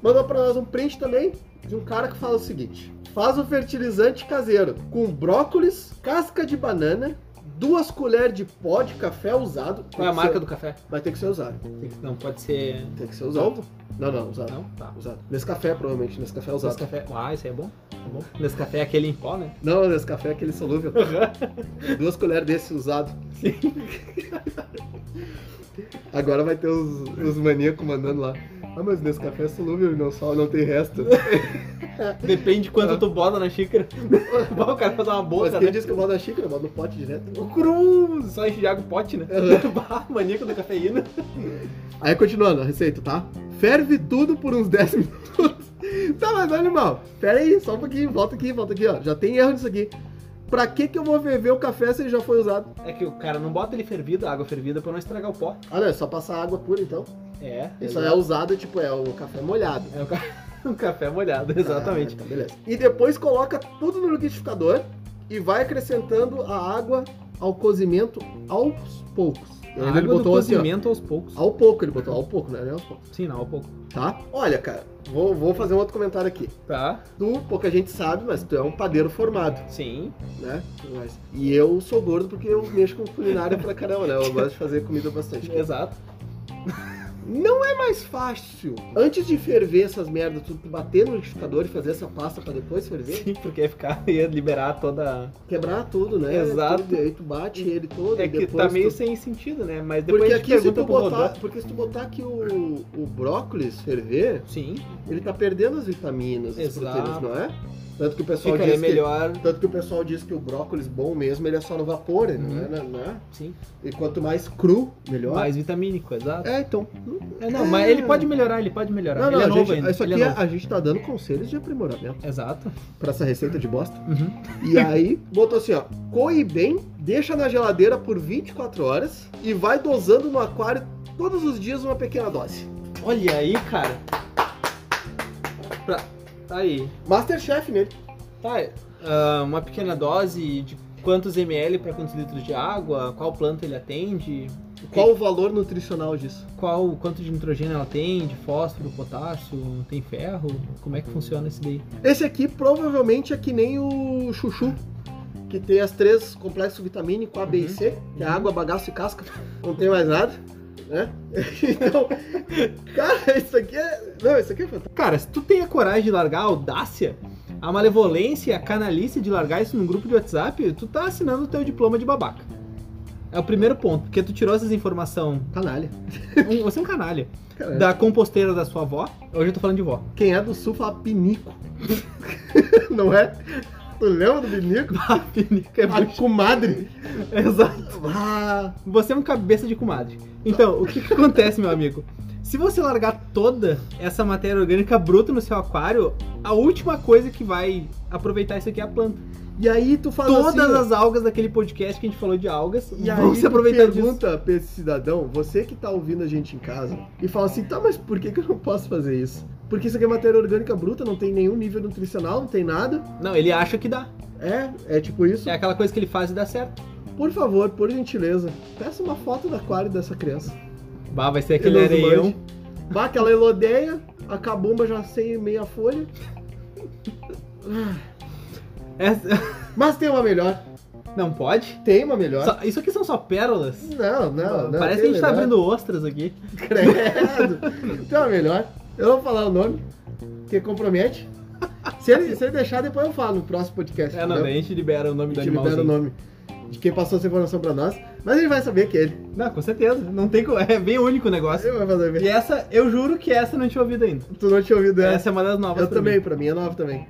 Speaker 2: Mandou pra nós um print também de um cara que fala o seguinte: faz um fertilizante caseiro com brócolis, casca de banana, duas colheres de pó de café usado.
Speaker 1: Qual é a marca do café?
Speaker 2: Vai ter que ser usado.
Speaker 1: Tem que- Não, pode ser.
Speaker 2: Tem que ser usado. Não, não, usado.
Speaker 1: Não? Tá.
Speaker 2: Usado. Nescafé, provavelmente. Nescafé usado.
Speaker 1: Nescafé. Ah, isso aí é bom? É bom. Nescafé é aquele em pó, né?
Speaker 2: Não, Nescafé é aquele solúvel. Duas colheres desse usado. Agora vai ter os, os maníacos mandando lá. Ah, mas nesse café é solúvel e não só, não tem resto.
Speaker 1: Depende de quanto tu bota na xícara. Bom, o cara faz uma
Speaker 2: Ah. Mas
Speaker 1: bolsa,
Speaker 2: quem
Speaker 1: né?
Speaker 2: disse que eu boto na xícara? Eu boto no pote direto.
Speaker 1: O cruz! Só enche de água o pote, né?
Speaker 2: Aham.
Speaker 1: Bah, maníaco da cafeína.
Speaker 2: Aí continuando a receita, tá? Ferve tudo por uns 10 minutos. Tá, mas animal, pera aí, só um pouquinho, volta aqui, volta aqui, ó. Já tem erro nisso aqui. Pra que que eu vou ferver o café se ele já foi usado?
Speaker 1: É que o cara não bota ele fervido, a água fervida, pra não estragar o pó.
Speaker 2: Olha, é só passar água pura então.
Speaker 1: É.
Speaker 2: Ele só
Speaker 1: exato.
Speaker 2: é usado, tipo, é o café molhado.
Speaker 1: É o ca- o café molhado, exatamente.
Speaker 2: Ah, tá, beleza. E depois coloca tudo no liquidificador e vai acrescentando a água ao cozimento aos poucos.
Speaker 1: A
Speaker 2: Ainda
Speaker 1: água
Speaker 2: ele botou
Speaker 1: do
Speaker 2: assim, ó.
Speaker 1: cozimento aos poucos.
Speaker 2: Ao pouco ele botou, ao pouco, né? Não é aos poucos.
Speaker 1: Sim, não, ao pouco.
Speaker 2: Tá? Olha, cara, vou, vou fazer um outro comentário aqui.
Speaker 1: Tá.
Speaker 2: Tu, pouca gente sabe, mas tu é um padeiro formado,
Speaker 1: Sim.
Speaker 2: né? Mas- E eu sou gordo porque eu mexo com culinária pra caramba, né? Eu gosto de fazer comida bastante.
Speaker 1: Exato.
Speaker 2: Não é mais fácil. Antes de ferver essas merdas, tu tu bater no liquidificador e fazer essa pasta pra depois ferver,
Speaker 1: Sim, porque ia ficar, ia liberar toda.
Speaker 2: quebrar tudo, né?
Speaker 1: Exato.
Speaker 2: Tudo, aí tu bate ele todo
Speaker 1: É
Speaker 2: e
Speaker 1: que
Speaker 2: depois
Speaker 1: tá meio
Speaker 2: tu...
Speaker 1: sem sentido, né? Mas depois
Speaker 2: Porque
Speaker 1: a gente
Speaker 2: aqui, se
Speaker 1: pergunta
Speaker 2: tu
Speaker 1: pro Rodolfo.
Speaker 2: botar, porque se tu botar aqui o, o brócolis ferver,
Speaker 1: Sim,
Speaker 2: ele tá perdendo as vitaminas, as
Speaker 1: Exato.
Speaker 2: proteínas, não é? Tanto que o pessoal
Speaker 1: ficaria
Speaker 2: diz que-
Speaker 1: melhor.
Speaker 2: Tanto que o pessoal diz que o brócolis bom mesmo, ele é só no vapor, ele não é, na- né?
Speaker 1: Sim,
Speaker 2: E quanto mais cru, melhor.
Speaker 1: Uhum. mais vitamínico, exato.
Speaker 2: É, então.
Speaker 1: É, não, mas ele pode melhorar, ele pode melhorar.
Speaker 2: Não,
Speaker 1: ele
Speaker 2: não,
Speaker 1: é
Speaker 2: a
Speaker 1: novo
Speaker 2: gente,
Speaker 1: ainda.
Speaker 2: isso
Speaker 1: ele
Speaker 2: aqui
Speaker 1: é
Speaker 2: a
Speaker 1: novo.
Speaker 2: a gente tá dando conselhos de aprimoramento
Speaker 1: Exato.
Speaker 2: pra essa receita de bosta.
Speaker 1: Uhum.
Speaker 2: E aí, botou assim, ó. Coe bem, deixa na geladeira por 24 horas e vai dosando no aquário todos os dias uma pequena dose.
Speaker 1: Olha aí, cara. Pra... tá Aí.
Speaker 2: Masterchef né? nele.
Speaker 1: Tá, ah, uma pequena dose de quantos ml pra quantos litros de água, qual planta ele atende,
Speaker 2: Qual o valor nutricional disso?
Speaker 1: qual quanto de nitrogênio ela tem, de fósforo, potássio, tem ferro, como é que funciona esse daí?
Speaker 2: Esse aqui provavelmente é que nem o chuchu, que tem as três complexos vitamínico A, B e
Speaker 1: Uhum.
Speaker 2: C, que é água, bagaço e casca. Não tem mais nada, né? Então, cara, isso aqui é. Não, isso aqui é fantástico.
Speaker 1: Cara, se tu tem a coragem de largar a audácia, a malevolência e a canalice de largar isso num grupo de WhatsApp, tu tá assinando o teu diploma de babaca. É o primeiro ponto, porque tu tirou essas informações.
Speaker 2: Canalha.
Speaker 1: um- você é um canalha.
Speaker 2: Caralho.
Speaker 1: Da composteira da sua avó. Hoje eu tô falando de vó.
Speaker 2: Quem é do sul fala pinico. Não é? Tu lembra do pinico?
Speaker 1: Ah, Pinica é
Speaker 2: A
Speaker 1: muito-
Speaker 2: comadre.
Speaker 1: Exato.
Speaker 2: Ah,
Speaker 1: Você é um cabeça de comadre. Então, o que, que acontece, meu amigo? Se você largar toda essa matéria orgânica bruta no seu aquário, a última coisa que vai aproveitar isso aqui é a planta.
Speaker 2: e aí tu fala
Speaker 1: Todas
Speaker 2: assim, ó,
Speaker 1: as algas daquele podcast que a gente falou de algas
Speaker 2: E
Speaker 1: vão
Speaker 2: aí
Speaker 1: se
Speaker 2: se
Speaker 1: aproveitar disso.
Speaker 2: pergunta pra esse cidadão, você que tá ouvindo a gente em casa, e fala assim, tá, mas por que, que eu não posso fazer isso? Porque isso aqui é matéria orgânica bruta, não tem nenhum nível nutricional, não tem nada.
Speaker 1: Não, ele acha que dá.
Speaker 2: É, é tipo isso.
Speaker 1: É aquela coisa que ele faz e dá certo.
Speaker 2: Por favor, por gentileza, peça uma foto do aquário dessa criança.
Speaker 1: Bah, vai ser aquele
Speaker 2: Elosmante.
Speaker 1: areião.
Speaker 2: Bah, aquela elodeia, a cabumba já sem meia folha.
Speaker 1: Essa-
Speaker 2: Mas tem uma melhor.
Speaker 1: Não pode?
Speaker 2: Tem uma melhor.
Speaker 1: Só- Isso aqui são só pérolas.
Speaker 2: Não, não, é não.
Speaker 1: Parece que a
Speaker 2: tem
Speaker 1: gente tá
Speaker 2: melhor.
Speaker 1: abrindo ostras aqui.
Speaker 2: Credo. Então é melhor. Eu não vou falar o nome, porque compromete. Se ele, se ele deixar, depois eu falo no próximo podcast.
Speaker 1: É, não,
Speaker 2: entendeu?
Speaker 1: daí a gente libera o nome do
Speaker 2: A gente libera o
Speaker 1: animalzinho.
Speaker 2: nome de quem passou essa informação pra nós. Mas ele vai saber que é ele.
Speaker 1: Não, com certeza. Não tem co- É bem único o negócio.
Speaker 2: Ele vai fazer
Speaker 1: E
Speaker 2: bem.
Speaker 1: essa, eu juro que essa eu não tinha ouvido ainda.
Speaker 2: Tu não tinha ouvido essa.
Speaker 1: Essa é uma das novas.
Speaker 2: eu
Speaker 1: pra
Speaker 2: também,
Speaker 1: mim.
Speaker 2: pra mim é nova também.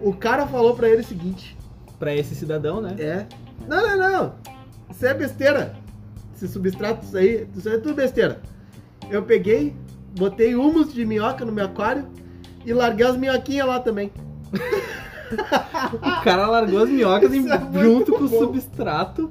Speaker 2: O cara falou pra ele o seguinte:
Speaker 1: Pra esse cidadão, né?
Speaker 2: é. Não, não, não. Isso é besteira. Esse substrato, isso aí, isso aí é tudo besteira. Eu peguei, botei humus de minhoca no meu aquário e larguei as minhoquinhas lá também.
Speaker 1: O cara largou as minhocas em-
Speaker 2: Isso é muito
Speaker 1: junto com o
Speaker 2: bom.
Speaker 1: substrato.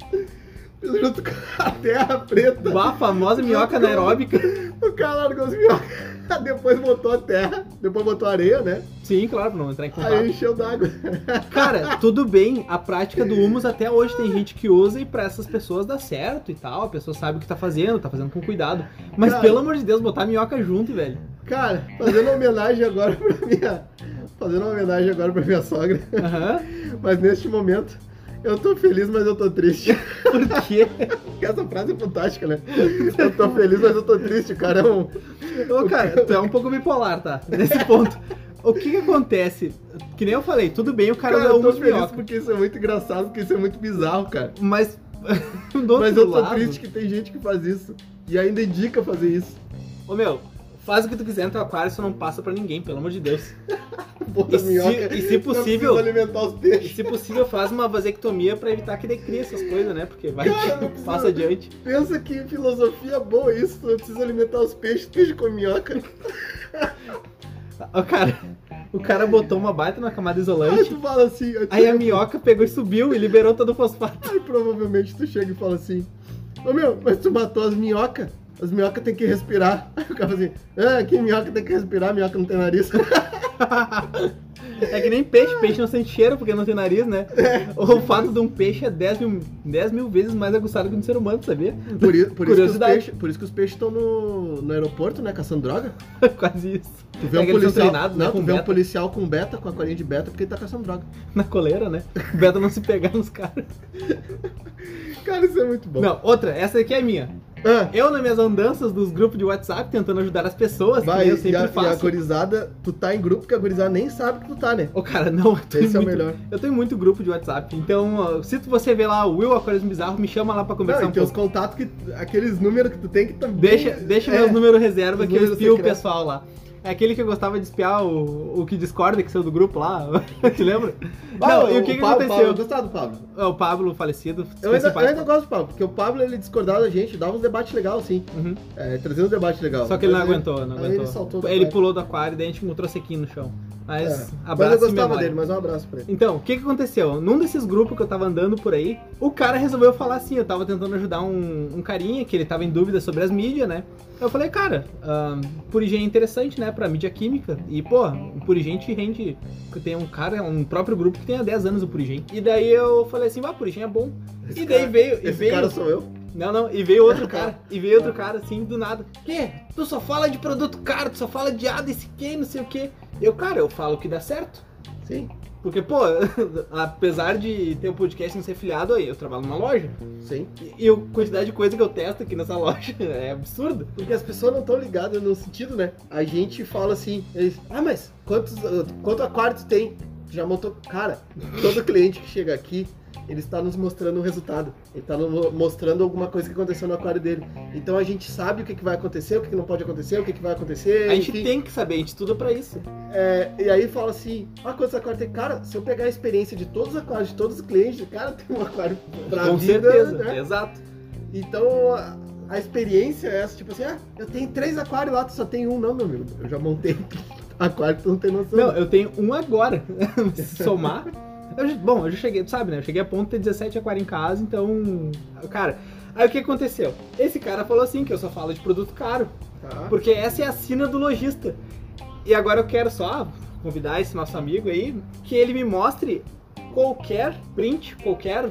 Speaker 2: junto com a terra preta.
Speaker 1: Bah, a famosa minhoca anaeróbica.
Speaker 2: O cara largou as minhocas, depois botou a terra, depois botou areia, né?
Speaker 1: Sim, claro, pra não entrar em contato.
Speaker 2: Aí encheu d'água.
Speaker 1: Cara, tudo bem, a prática do humus até hoje tem gente que usa e pra essas pessoas dá certo e tal. A pessoa sabe o que tá fazendo, tá fazendo com cuidado. Mas
Speaker 2: Cara.
Speaker 1: pelo amor de Deus, botar a minhoca junto, velho.
Speaker 2: Cara, fazendo uma homenagem agora pra minha. Fazendo uma homenagem agora pra minha sogra.
Speaker 1: Aham.
Speaker 2: Mas neste momento, eu tô feliz, mas eu tô triste.
Speaker 1: Por quê?
Speaker 2: Porque essa frase é fantástica, né? Eu tô feliz, mas eu tô triste, cara. É um-
Speaker 1: Ô, cara, tu é um pouco bipolar, tá? Nesse ponto. O que que acontece? Que nem eu falei, tudo bem o cara,
Speaker 2: Cara,
Speaker 1: usar
Speaker 2: eu tô
Speaker 1: humus de
Speaker 2: feliz
Speaker 1: minhoca.
Speaker 2: porque isso é muito engraçado, porque isso é muito bizarro, cara.
Speaker 1: Mas do outro
Speaker 2: Mas eu tô
Speaker 1: lado...
Speaker 2: triste que tem gente que faz isso. E ainda indica fazer isso.
Speaker 1: Ô meu, Faz o que tu quiser no teu aquário, isso não passa pra ninguém, pelo amor de Deus.
Speaker 2: Bota
Speaker 1: E se-
Speaker 2: minhoca.
Speaker 1: e se
Speaker 2: Não
Speaker 1: possível-
Speaker 2: precisa alimentar os peixes.
Speaker 1: E se possível, faz uma vasectomia pra evitar que decrie essas coisas, né? Porque vai
Speaker 2: Cara, não
Speaker 1: que
Speaker 2: precisa.
Speaker 1: passa adiante.
Speaker 2: Pensa que filosofia boa isso, tu não precisa alimentar os peixes, peixe com minhoca.
Speaker 1: O cara, o cara botou uma baita na camada
Speaker 2: Aí
Speaker 1: isolante,
Speaker 2: tu fala assim, aí, tu-
Speaker 1: aí a minhoca pegou e subiu e liberou todo o fosfato.
Speaker 2: aí provavelmente tu chega e fala assim, ô meu, mas tu matou as minhocas? As minhocas tem que respirar. Aí o cara fala assim, ah, que minhoca tem que respirar, minhoca não tem nariz.
Speaker 1: É que nem peixe, peixe não sente cheiro porque não tem nariz, né? O olfato de um peixe é 10 mil, 10 mil vezes mais aguçado que um ser humano, sabia?
Speaker 2: Por, i- por isso, que os
Speaker 1: Curiosidade.
Speaker 2: peixes, por isso que os peixes estão no, no aeroporto, né, caçando droga.
Speaker 1: Quase isso.
Speaker 2: Tu vê
Speaker 1: É
Speaker 2: um
Speaker 1: que eles são
Speaker 2: policial,
Speaker 1: treinados, né,
Speaker 2: não,
Speaker 1: com
Speaker 2: tu vê um
Speaker 1: beta.
Speaker 2: policial com beta, com a colinha de beta, porque ele tá caçando droga.
Speaker 1: Na coleira, né? O Beto não se pegar nos caras.
Speaker 2: Cara, isso é muito bom.
Speaker 1: Não, outra, essa aqui é minha.
Speaker 2: Ah,
Speaker 1: Eu, nas minhas andanças dos grupos de WhatsApp, tentando ajudar as pessoas,
Speaker 2: vai,
Speaker 1: que eu
Speaker 2: e
Speaker 1: sempre
Speaker 2: a, e a
Speaker 1: faço.
Speaker 2: gurizada, tu tá em grupo que a gurizada nem sabe que tu tá, né?
Speaker 1: Ô, cara, não, eu tô em
Speaker 2: Esse é o
Speaker 1: muito-
Speaker 2: melhor.
Speaker 1: Eu tenho muito grupo de WhatsApp, então ó, se você vê lá o Will Aquarismo Bizarro, me chama lá pra conversar
Speaker 2: Não, e
Speaker 1: um
Speaker 2: tem os
Speaker 1: pouco.
Speaker 2: contatos que. Aqueles números que tu tem que também.
Speaker 1: Deixa, deixa
Speaker 2: é,
Speaker 1: meus números reserva
Speaker 2: os
Speaker 1: que eu
Speaker 2: números
Speaker 1: espio o
Speaker 2: secretos.
Speaker 1: pessoal lá. É aquele que eu gostava de espiar, o, o que discorda, que saiu do grupo lá, te lembra?
Speaker 2: Pá,
Speaker 1: não, e o que, que
Speaker 2: Pablo- Pablo, eu
Speaker 1: aconteceu?
Speaker 2: gostava do Pablo.
Speaker 1: É, O Pablo falecido,
Speaker 2: Eu ainda, eu
Speaker 1: principais-
Speaker 2: ainda gosto do Pablo, porque o Pablo ele discordava da gente, dava uns debates legais, assim.
Speaker 1: Uhum.
Speaker 2: É, trazia uns debates legais.
Speaker 1: Só que ele não
Speaker 2: Mas
Speaker 1: aguentou, não
Speaker 2: aí
Speaker 1: aguentou.
Speaker 2: ele saltou do
Speaker 1: Ele
Speaker 2: aquário.
Speaker 1: pulou do aquário, daí a gente encontrou sequinho no chão. Mas
Speaker 2: É,
Speaker 1: abraço
Speaker 2: Mas eu
Speaker 1: e
Speaker 2: gostava
Speaker 1: memória.
Speaker 2: dele, mas um abraço pra ele.
Speaker 1: Então, o que, que aconteceu? Num desses grupos que eu tava andando por aí, o cara resolveu falar assim, eu tava tentando ajudar um, um carinha que ele tava em dúvida sobre as mídias, né? Eu falei, cara, ahn, purigem é interessante, né, pra mídia química. E, pô, o purigem te rende... Tem um cara, um próprio grupo que tem há 10 anos o purigem. E daí eu falei assim, ah, purigem é bom. e daí
Speaker 2: cara-
Speaker 1: veio... e
Speaker 2: Esse
Speaker 1: veio
Speaker 2: cara É. sou eu.
Speaker 1: não, não, e veio outro cara, e veio outro cara assim do nada. Que? Tu só fala de produto caro, tu só fala de ah, desse que, não sei o que. Eu, cara, eu falo que dá certo.
Speaker 2: Sim,
Speaker 1: Porque, pô, apesar de ter o podcast não ser filiado aí, eu trabalho numa loja.
Speaker 2: sim.
Speaker 1: E- E a quantidade de coisa que eu testo aqui nessa loja é absurdo.
Speaker 2: Porque as pessoas não estão ligadas no sentido, né? A gente fala assim, eles, ah, mas quantos, ah, quanto aquário tu tem? Já montou. Cara, todo cliente que chega aqui, ele está nos mostrando um resultado. Ele está no- mostrando alguma coisa que aconteceu no aquário dele. Então a gente sabe o que, que vai acontecer, o que, que não pode acontecer, o que, que vai acontecer.
Speaker 1: A gente
Speaker 2: enfim.
Speaker 1: tem que saber, a gente estuda pra isso.
Speaker 2: É, e aí fala assim, ah, quantos aquários tem? Cara, se eu pegar a experiência de todos os aquários, de todos os clientes, cara, tem um aquário pra
Speaker 1: Com
Speaker 2: vida,
Speaker 1: certeza,
Speaker 2: né?
Speaker 1: exato.
Speaker 2: Então a, a experiência é essa, tipo assim, ah, eu tenho três aquários lá, tu só tem um, não, meu amigo. Eu já montei aquário, tu não tem noção.
Speaker 1: Não, eu tenho um agora. Se somar. eu já- bom, eu já cheguei, tu sabe, né? Eu cheguei a ponto de ter 17 aquário em casa, então. Cara, aí o que aconteceu? Esse cara falou assim: que eu só falo de produto caro.
Speaker 2: Tá.
Speaker 1: Porque essa é a sina do lojista. E agora eu quero só convidar esse nosso amigo aí que ele me mostre qualquer print, qualquer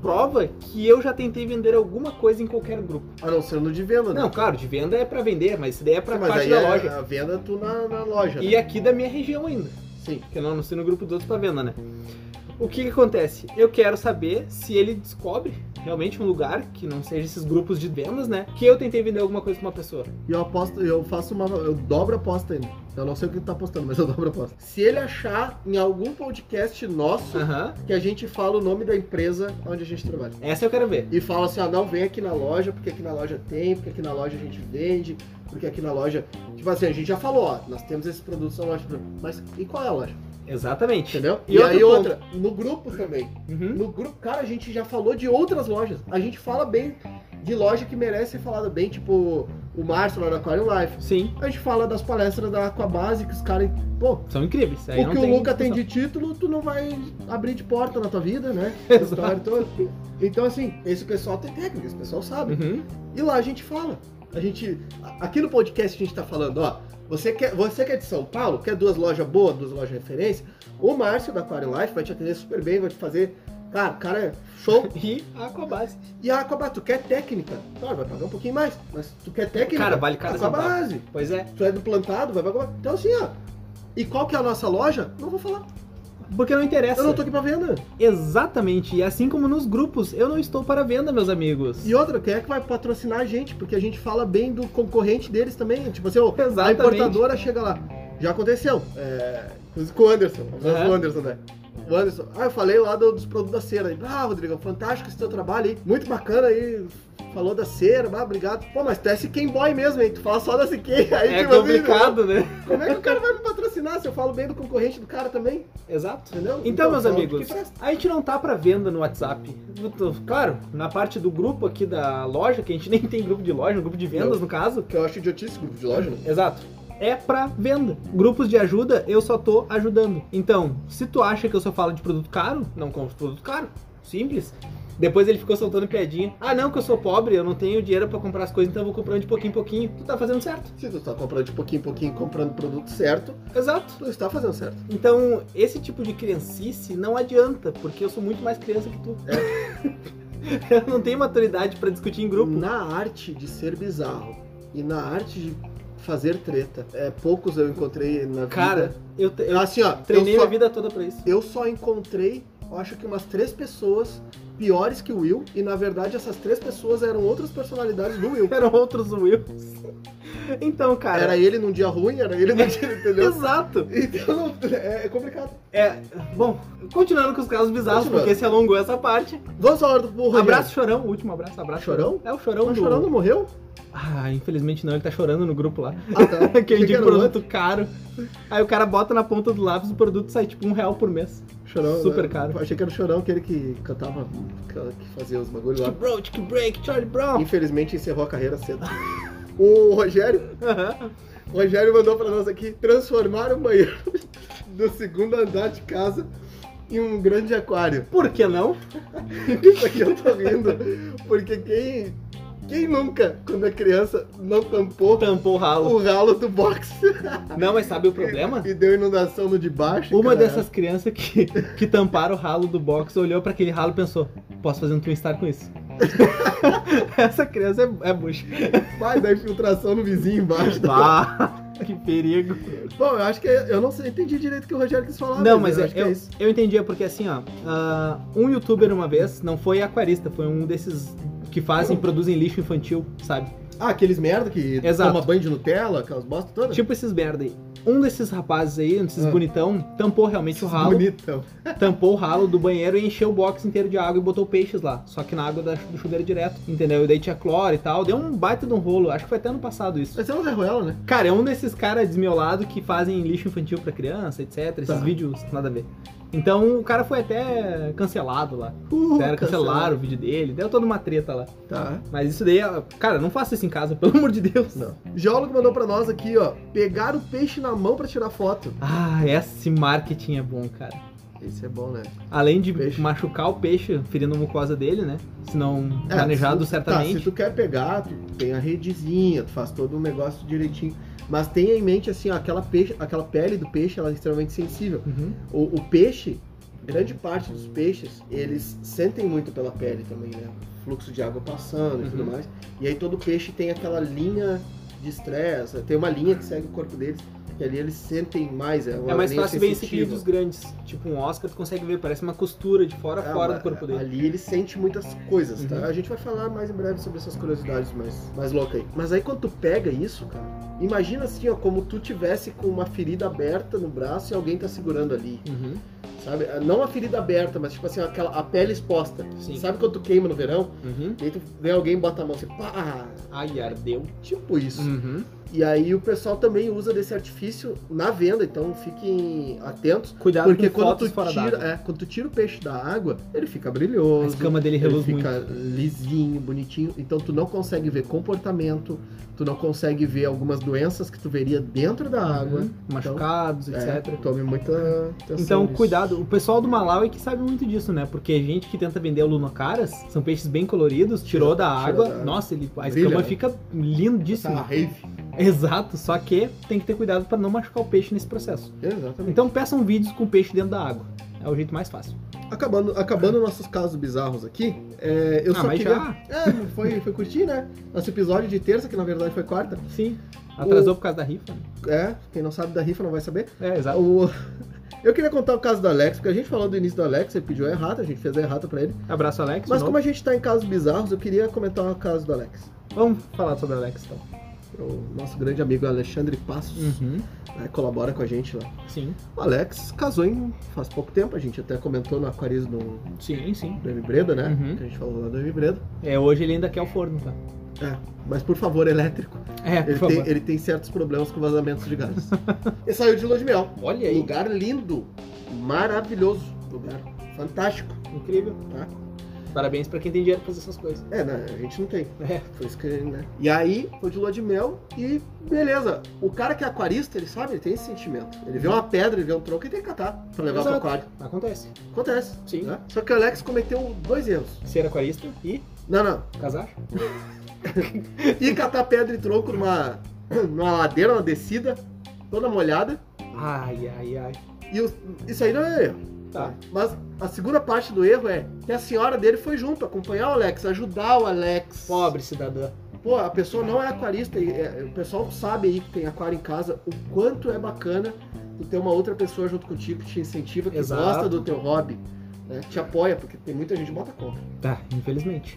Speaker 1: prova que eu já tentei vender alguma coisa em qualquer grupo.
Speaker 2: A não ser no de venda, né?
Speaker 1: Não, claro, de venda é pra vender, mas isso daí é pra
Speaker 2: Sim, mas
Speaker 1: parte
Speaker 2: aí
Speaker 1: da
Speaker 2: é
Speaker 1: loja.
Speaker 2: a venda tu na, na loja. né?
Speaker 1: E aqui da minha região ainda,
Speaker 2: Sim.
Speaker 1: porque eu não anuncio no grupo dos outros pra venda, né? O que, que acontece? Eu quero saber se ele descobre realmente um lugar que não seja esses grupos de vendas, né? Que eu tentei vender alguma coisa pra uma pessoa.
Speaker 2: E eu aposto, eu faço uma. Eu dobro a aposta ainda. Eu não sei o que tu tá apostando, mas eu dobro a aposta. Se ele achar em algum podcast nosso
Speaker 1: Aham.
Speaker 2: que a gente fala o nome da empresa onde a gente trabalha.
Speaker 1: Essa eu quero ver.
Speaker 2: e fala assim, ah, não, vem aqui na loja, porque aqui na loja tem, porque aqui na loja a gente vende, porque aqui na loja... Tipo assim, a gente já falou, ó, nós temos esses produtos na loja, mas e qual é a loja?
Speaker 1: Exatamente.
Speaker 2: Entendeu?
Speaker 1: E
Speaker 2: E, aí
Speaker 1: outro
Speaker 2: outra, no grupo também.
Speaker 1: Uhum.
Speaker 2: No grupo, cara, a gente já falou de outras lojas. A gente fala bem de loja que merece ser falada bem, tipo o Márcio lá da Aquarium Life.
Speaker 1: Sim,
Speaker 2: A gente fala das palestras da Aquabase, que os caras... Pô,
Speaker 1: são incríveis. Aí
Speaker 2: o que
Speaker 1: não
Speaker 2: o Luca tem
Speaker 1: discussão.
Speaker 2: de título, tu não vai abrir de porta na tua vida, né?
Speaker 1: Exato.
Speaker 2: História toda. Então, assim, esse pessoal tem técnica, esse pessoal sabe.
Speaker 1: Uhum.
Speaker 2: E lá a gente fala. A gente. a- Aqui no podcast a gente tá falando, ó. Você quer, você que é de São Paulo, quer duas lojas boas, duas lojas de referência? O Márcio da Aquarium Life vai te atender super bem, vai te fazer. Cara, o cara, é show.
Speaker 1: E a Aquabase.
Speaker 2: E a Aquabase, tu quer técnica? Claro, vai pagar um pouquinho mais, mas tu quer técnica?
Speaker 1: Cara, vale cada
Speaker 2: Aquabase.
Speaker 1: Pois é.
Speaker 2: Tu é do plantado, vai pagar. Então assim, ó. E qual que é a nossa loja? Não vou falar.
Speaker 1: Porque não interessa.
Speaker 2: Eu não tô aqui pra venda.
Speaker 1: Exatamente. E assim como nos grupos, eu não estou para venda, meus amigos.
Speaker 2: E outra, quem é que vai patrocinar a gente? Porque a gente fala bem do concorrente deles também. Tipo assim, ó, a
Speaker 1: Exatamente.
Speaker 2: importadora chega lá. Já aconteceu. É, inclusive com o Anderson. Abraço
Speaker 1: Aham.
Speaker 2: pro Anderson, né? O Anderson, ah, eu falei lá do- dos produtos da cera. Ele, ah, Rodrigão, fantástico esse teu trabalho aí. Muito bacana aí. Falou da cera, ah, obrigado. Pô, mas tu é Siquem Boy mesmo, hein? Tu fala só da Siquem. Aí,
Speaker 1: É
Speaker 2: tipo assim,
Speaker 1: complicado, né?
Speaker 2: como é que o cara vai me patrocinar se eu falo bem do concorrente do cara também?
Speaker 1: Exato.
Speaker 2: Entendeu?
Speaker 1: Então, meus
Speaker 2: pronto,
Speaker 1: amigos,
Speaker 2: que presta.
Speaker 1: a gente não tá pra venda no WhatsApp. Muito- Claro, na parte do grupo aqui da loja, que a gente nem tem grupo de loja, um grupo de vendas
Speaker 2: Não.
Speaker 1: no caso.
Speaker 2: Que eu acho idiotice grupo de loja, né?
Speaker 1: Exato. É pra venda. Grupos de ajuda, eu só tô ajudando. Então, se tu acha que eu só falo de produto caro, não compro produto caro. Simples. Depois ele ficou soltando piadinha. Ah, não, que eu sou pobre, eu não tenho dinheiro pra comprar as coisas, então eu vou comprando de pouquinho em pouquinho. Tu tá fazendo certo.
Speaker 2: Se tu tá comprando de pouquinho em pouquinho, comprando o produto certo,
Speaker 1: Exato.
Speaker 2: tu está fazendo certo.
Speaker 1: Então, esse tipo de criancice não adianta, porque eu sou muito mais criança que tu. eu não tenho maturidade pra discutir em grupo.
Speaker 2: Na arte de ser bizarro e na arte de fazer treta, é, poucos eu encontrei na vida.
Speaker 1: Cara, eu, te- eu
Speaker 2: assim, ó,
Speaker 1: treinei
Speaker 2: eu só,
Speaker 1: minha vida toda pra isso.
Speaker 2: eu só encontrei, eu acho que umas três pessoas piores que o Will, e na verdade essas três pessoas eram outras personalidades do Will.
Speaker 1: Eram outros Wills. Então, cara.
Speaker 2: Era ele num dia ruim, era ele num dia, entendeu?
Speaker 1: Exato.
Speaker 2: Então não- é, é complicado.
Speaker 1: É, bom, continuando com os casos bizarros,
Speaker 2: Continuando.
Speaker 1: porque se alongou essa parte.
Speaker 2: Vamos falar do Rogério.
Speaker 1: Abraço, chorão. Último abraço, abraço.
Speaker 2: Chorão? Tá
Speaker 1: É o chorão
Speaker 2: Mas
Speaker 1: do...
Speaker 2: Chorão não morreu?
Speaker 1: Ah, infelizmente não, ele tá chorando no grupo lá.
Speaker 2: Ah, tá.
Speaker 1: que eu
Speaker 2: Achei que
Speaker 1: indico
Speaker 2: era outro.
Speaker 1: produto caro. Aí o cara bota na ponta do lápis o produto sai tipo um real por mês.
Speaker 2: Chorão,
Speaker 1: Super
Speaker 2: né?
Speaker 1: caro.
Speaker 2: Achei que era o Chorão, aquele que cantava, que fazia os bagulhos lá.
Speaker 1: Chick Tipo, Bro, Chick Break, Charlie Brown.
Speaker 2: Infelizmente encerrou a carreira cedo. O Rogério,
Speaker 1: Uhum.
Speaker 2: o Rogério mandou pra nós aqui transformar o banheiro do segundo andar de casa em um grande aquário.
Speaker 1: Por que não?
Speaker 2: Isso aqui eu tô rindo, porque quem, quem nunca, quando é criança, não tampou
Speaker 1: Tampou o ralo.
Speaker 2: o ralo do box
Speaker 1: Não, mas sabe o problema?
Speaker 2: e deu inundação no de baixo?
Speaker 1: Uma
Speaker 2: cara?
Speaker 1: dessas crianças que, que tamparam o ralo do box olhou pra aquele ralo e pensou: posso fazer um Twinstar com isso?
Speaker 2: Uhum.
Speaker 1: Essa criança é, é bucha.
Speaker 2: Vai dar infiltração no vizinho embaixo.
Speaker 1: Ah, que perigo.
Speaker 2: Bom, eu acho que é, eu não sei, entendi direito o que o Rogério quis falar.
Speaker 1: Não, mas
Speaker 2: eu
Speaker 1: é-
Speaker 2: acho que é isso.
Speaker 1: Eu entendi, é porque assim, ó, ah, um youtuber uma vez, não foi aquarista, foi um desses que fazem, produzem lixo infantil, sabe?
Speaker 2: Ah, aqueles merda que
Speaker 1: Exato.
Speaker 2: toma banho de Nutella, aquelas bosta todas?
Speaker 1: Tipo esses merda aí. Um desses rapazes aí, um desses
Speaker 2: Ah.
Speaker 1: bonitão, tampou realmente o ralo.
Speaker 2: é Bonitão.
Speaker 1: tampou o ralo do banheiro e encheu o box inteiro de água e botou peixes lá. Só que na água da, chu- do chuveiro direto, entendeu? E daí tinha cloro e tal. Deu um baita de um rolo. Acho que foi até ano passado isso.
Speaker 2: Mas é um Zé Ruela, né?
Speaker 1: Cara, é um desses caras desmiolado que fazem lixo infantil pra criança, etc. Esses
Speaker 2: Tá.
Speaker 1: vídeos, nada a ver. Então o cara foi até cancelado lá.
Speaker 2: Uh,
Speaker 1: Era cancelaram o vídeo dele, deu toda uma treta lá.
Speaker 2: Tá.
Speaker 1: Mas isso daí, ó, cara, não faça isso em casa, pelo amor de Deus.
Speaker 2: Não. Geólogo mandou pra nós aqui, ó. Pegar o peixe na mão pra tirar foto.
Speaker 1: Ah, esse marketing é bom, cara.
Speaker 2: Esse é bom, né?
Speaker 1: Além de
Speaker 2: Peixe.
Speaker 1: machucar o peixe, ferindo a mucosa dele, né? Se não
Speaker 2: É,
Speaker 1: manejado
Speaker 2: se- Tá,
Speaker 1: certamente.
Speaker 2: se tu quer pegar, tu tem a redezinha, tu faz todo o negócio direitinho. Mas tenha em mente, assim, ó, aquela, peixe, aquela pele do peixe, ela é extremamente sensível.
Speaker 1: Uhum.
Speaker 2: O, o peixe, grande parte dos peixes, eles sentem muito pela pele também, né? Fluxo de água passando e tudo
Speaker 1: Uhum.
Speaker 2: mais. E aí todo peixe tem aquela linha de estresse, tem uma linha que segue o corpo deles, e ali eles sentem mais. É, uma
Speaker 1: É mais
Speaker 2: linha
Speaker 1: fácil ver esse
Speaker 2: sensitiva.
Speaker 1: vídeo dos grandes. Tipo um Oscar, tu consegue ver, parece uma costura de fora a
Speaker 2: É,
Speaker 1: fora
Speaker 2: mas
Speaker 1: do corpo dele.
Speaker 2: Ali ele sente muitas coisas, tá?
Speaker 1: Uhum.
Speaker 2: A gente vai falar mais em breve sobre essas curiosidades mais, mais loucas aí. Mas aí quando tu pega isso, cara, imagina assim, ó, como tu tivesse com uma ferida aberta no braço e alguém tá segurando ali.
Speaker 1: Uhum,
Speaker 2: Sabe? Não a ferida aberta, mas tipo assim, aquela, a pele exposta.
Speaker 1: Sim.
Speaker 2: Sabe quando tu queima no verão?
Speaker 1: Uhum.
Speaker 2: E aí tu vê alguém bota a mão assim, pá!
Speaker 1: Ai, ardeu.
Speaker 2: Tipo isso.
Speaker 1: Uhum.
Speaker 2: E aí o pessoal também usa desse artifício na venda, então fiquem atentos.
Speaker 1: Cuidado
Speaker 2: Porque
Speaker 1: com
Speaker 2: quando
Speaker 1: fotos
Speaker 2: tu,
Speaker 1: fora
Speaker 2: tira,
Speaker 1: d'água.
Speaker 2: é, quando tu tira o peixe da água, ele fica
Speaker 1: A
Speaker 2: brilhoso.
Speaker 1: escama dele
Speaker 2: Ele
Speaker 1: reluz
Speaker 2: fica
Speaker 1: muito.
Speaker 2: lisinho, bonitinho. Então tu não consegue ver comportamento, tu não consegue ver algumas doenças que tu veria dentro da água.
Speaker 1: Uhum, Machucados,
Speaker 2: É,
Speaker 1: etc.
Speaker 2: tome muita atenção.
Speaker 1: Então,
Speaker 2: nisso.
Speaker 1: cuidado. O pessoal do Malawi que sabe muito disso, né? Porque gente que tenta vender o lunocaras, são peixes bem coloridos, tirou
Speaker 2: Tirou-
Speaker 1: da
Speaker 2: tirou
Speaker 1: água.
Speaker 2: da água.
Speaker 1: Nossa, ele, a
Speaker 2: Brilha,
Speaker 1: escama
Speaker 2: né?
Speaker 1: fica
Speaker 2: Tá,
Speaker 1: lindíssima.
Speaker 2: rave.
Speaker 1: Exato, só que tem que ter cuidado pra não machucar o peixe nesse processo.
Speaker 2: Exatamente.
Speaker 1: Então peçam vídeos com peixe dentro da água. É o jeito mais fácil.
Speaker 2: Acabando, acabando nossos casos bizarros aqui, é, eu
Speaker 1: ah,
Speaker 2: só
Speaker 1: mas
Speaker 2: queria...
Speaker 1: já?
Speaker 2: É, foi, foi curtir, né? Nosso episódio de terça, que na verdade foi quarta.
Speaker 1: Sim. Atrasou por causa da rifa. né?
Speaker 2: É, quem não sabe da rifa não vai saber.
Speaker 1: É, exato.
Speaker 2: O- Eu queria contar o caso do Alex, porque a gente falou do início do Alex, ele pediu a errata, a gente fez a errata pra ele.
Speaker 1: Abraço, Alex.
Speaker 2: Mas é
Speaker 1: de
Speaker 2: como a gente tá em casos bizarros, eu queria comentar um caso do Alex.
Speaker 1: novo. Vamos falar sobre o Alex, então.
Speaker 2: o nosso grande amigo Alexandre Passos,
Speaker 1: Hum.
Speaker 2: né, colabora com a gente lá.
Speaker 1: Sim,
Speaker 2: O Alex casou em, faz pouco tempo, a gente até comentou no Aquarismo no-
Speaker 1: sim, sim.
Speaker 2: do M. Breda, né?
Speaker 1: Uhum.
Speaker 2: Que a gente falou lá do M. Breda.
Speaker 1: É, hoje ele ainda quer o forno, tá?
Speaker 2: É, mas por favor, elétrico.
Speaker 1: É, por
Speaker 2: Ele
Speaker 1: favor.
Speaker 2: tem, ele tem certos problemas com vazamentos de gases. Ele saiu de Lua de Mel.
Speaker 1: Olha aí,
Speaker 2: Lugar lindo, maravilhoso, lugar fantástico,
Speaker 1: incrível.
Speaker 2: tá?
Speaker 1: Parabéns pra quem tem dinheiro pra fazer essas coisas.
Speaker 2: É, né, a gente não tem.
Speaker 1: É.
Speaker 2: Foi isso que, né? E aí, foi de lua de mel e beleza. O cara que é aquarista, ele sabe, ele tem esse sentimento. Ele vê uma pedra, ele vê um tronco e tem que catar pra levar
Speaker 1: Exato.
Speaker 2: pro aquário.
Speaker 1: Acontece.
Speaker 2: Acontece.
Speaker 1: Sim.
Speaker 2: né? Só que o Alex cometeu dois erros.
Speaker 1: Ser aquarista e
Speaker 2: Não, não.
Speaker 1: casar.
Speaker 2: E catar pedra e tronco numa, numa ladeira, uma descida, toda molhada.
Speaker 1: Ai, ai, ai.
Speaker 2: E o- isso aí não é erro.
Speaker 1: Tá.
Speaker 2: Mas a segunda parte do erro é que a senhora dele foi junto, acompanhar o Alex, ajudar o Alex.
Speaker 1: Pobre cidadã.
Speaker 2: Pô, a pessoa não é aquarista e é, o pessoal sabe aí que tem aquário em casa o quanto é bacana tu ter uma outra pessoa junto contigo que te incentiva, que
Speaker 1: Exato.
Speaker 2: gosta do teu hobby, né, que te apoia, porque tem muita gente que bota contra.
Speaker 1: Tá, infelizmente.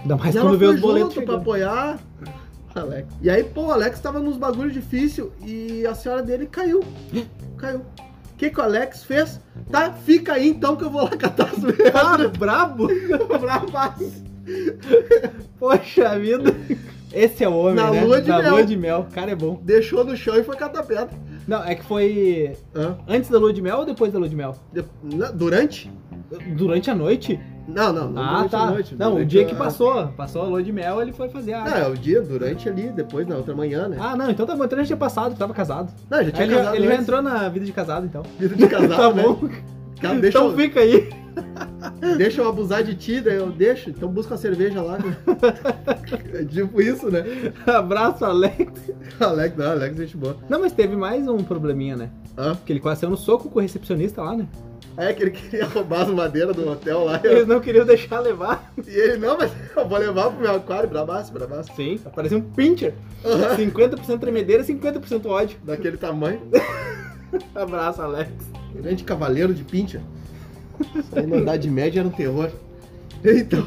Speaker 1: Ainda mais
Speaker 2: e ela
Speaker 1: quando vê
Speaker 2: foi
Speaker 1: os né? boletos
Speaker 2: junto pra
Speaker 1: chegando.
Speaker 2: apoiar o Alex. E aí, pô, o Alex tava nos bagulho difícil e a senhora dele caiu. caiu. O que que o Alex fez? Tá, fica aí então que eu vou lá catar as
Speaker 1: Cara, brabo!
Speaker 2: bravas.
Speaker 1: Poxa vida! Esse é o homem,
Speaker 2: Na
Speaker 1: né?
Speaker 2: lua de
Speaker 1: Na
Speaker 2: mel.
Speaker 1: lua de mel. O cara é bom.
Speaker 2: Deixou no chão e foi catar pedra.
Speaker 1: Não, é que foi
Speaker 2: Hã?
Speaker 1: antes da lua de mel ou depois da lua de mel?
Speaker 2: De- na- Durante?
Speaker 1: Durante a noite?
Speaker 2: Não, não, não
Speaker 1: ah,
Speaker 2: durante
Speaker 1: tá.
Speaker 2: a noite.
Speaker 1: não, o
Speaker 2: durante
Speaker 1: dia
Speaker 2: a-
Speaker 1: que passou. Passou a lua de mel, ele foi fazer a
Speaker 2: Não, é o dia durante ali, depois na outra manhã, né?
Speaker 1: Ah, não, então tá bom. Então ele já tinha passado, que tava casado.
Speaker 2: Não, já tinha
Speaker 1: Aí ele,
Speaker 2: casado.
Speaker 1: ele já
Speaker 2: antes.
Speaker 1: entrou na vida de casado, então.
Speaker 2: Vida de casado,
Speaker 1: tá
Speaker 2: né?
Speaker 1: bom.
Speaker 2: Cara, deixa,
Speaker 1: então fica aí.
Speaker 2: eu, deixa eu abusar de ti, daí eu deixo, então busca a cerveja lá. é tipo isso, né?
Speaker 1: Abraço, Alex.
Speaker 2: Alex, não, Alex, gente boa.
Speaker 1: Não, mas teve mais um probleminha, né?
Speaker 2: Hã?
Speaker 1: Porque ele quase saiu no soco com o recepcionista lá, né?
Speaker 2: Aí é que ele queria roubar as madeiras do hotel lá. e eu-
Speaker 1: Eles não queriam deixar levar.
Speaker 2: e ele, não, mas eu vou levar pro meu aquário, bravaço, bravaço.
Speaker 1: Sim, parecia um pincher. 50% tremedeira, 50% ódio.
Speaker 2: Daquele tamanho.
Speaker 1: Abraço, Alex.
Speaker 2: Grande cavaleiro de pincha. Isso aí na Idade Média era um terror. Então.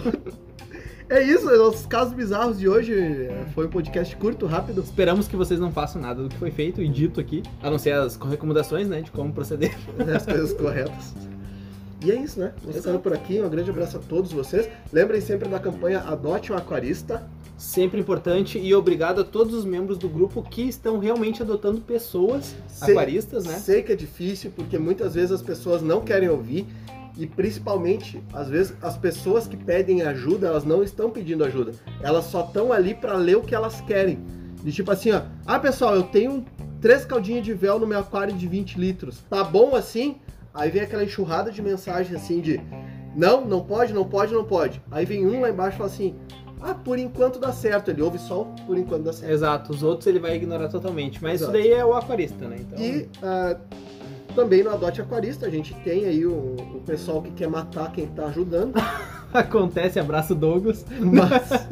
Speaker 2: É isso, nossos casos bizarros de hoje. é, Foi um podcast curto, rápido.
Speaker 1: Esperamos que vocês não façam nada do que foi feito e dito aqui, a não ser as recomendações, né, de como proceder.
Speaker 2: né, as coisas corretas. E é isso, né? Vamos
Speaker 1: Exato.
Speaker 2: ficando por aqui. Um grande abraço a todos vocês. Lembrem sempre da campanha Adote um Aquarista.
Speaker 1: Sempre importante e obrigado a todos os membros do grupo que estão realmente adotando pessoas
Speaker 2: Sei-
Speaker 1: aquaristas, né?
Speaker 2: Sei que é difícil, porque muitas vezes as pessoas não querem ouvir. E principalmente, às vezes, as pessoas que pedem ajuda, elas não estão pedindo ajuda. Elas só estão ali para ler o que elas querem. De tipo assim, ó. Ah, pessoal, eu tenho três caldinhas de véu no meu aquário de 20 litros. Tá bom assim? Aí vem aquela enxurrada de mensagem assim de. Não, não pode, não pode, não pode. Aí vem um lá embaixo e fala assim: Ah, por enquanto dá certo. Ele ouve só o por enquanto dá certo.
Speaker 1: Exato, os outros ele vai ignorar totalmente, mas
Speaker 2: É. Exato.
Speaker 1: isso daí é o aquarista, né? Então,
Speaker 2: E ah, também no Adote Aquarista, a gente tem aí o, o pessoal que quer matar quem tá ajudando,
Speaker 1: acontece, abraço Douglas.
Speaker 2: mas,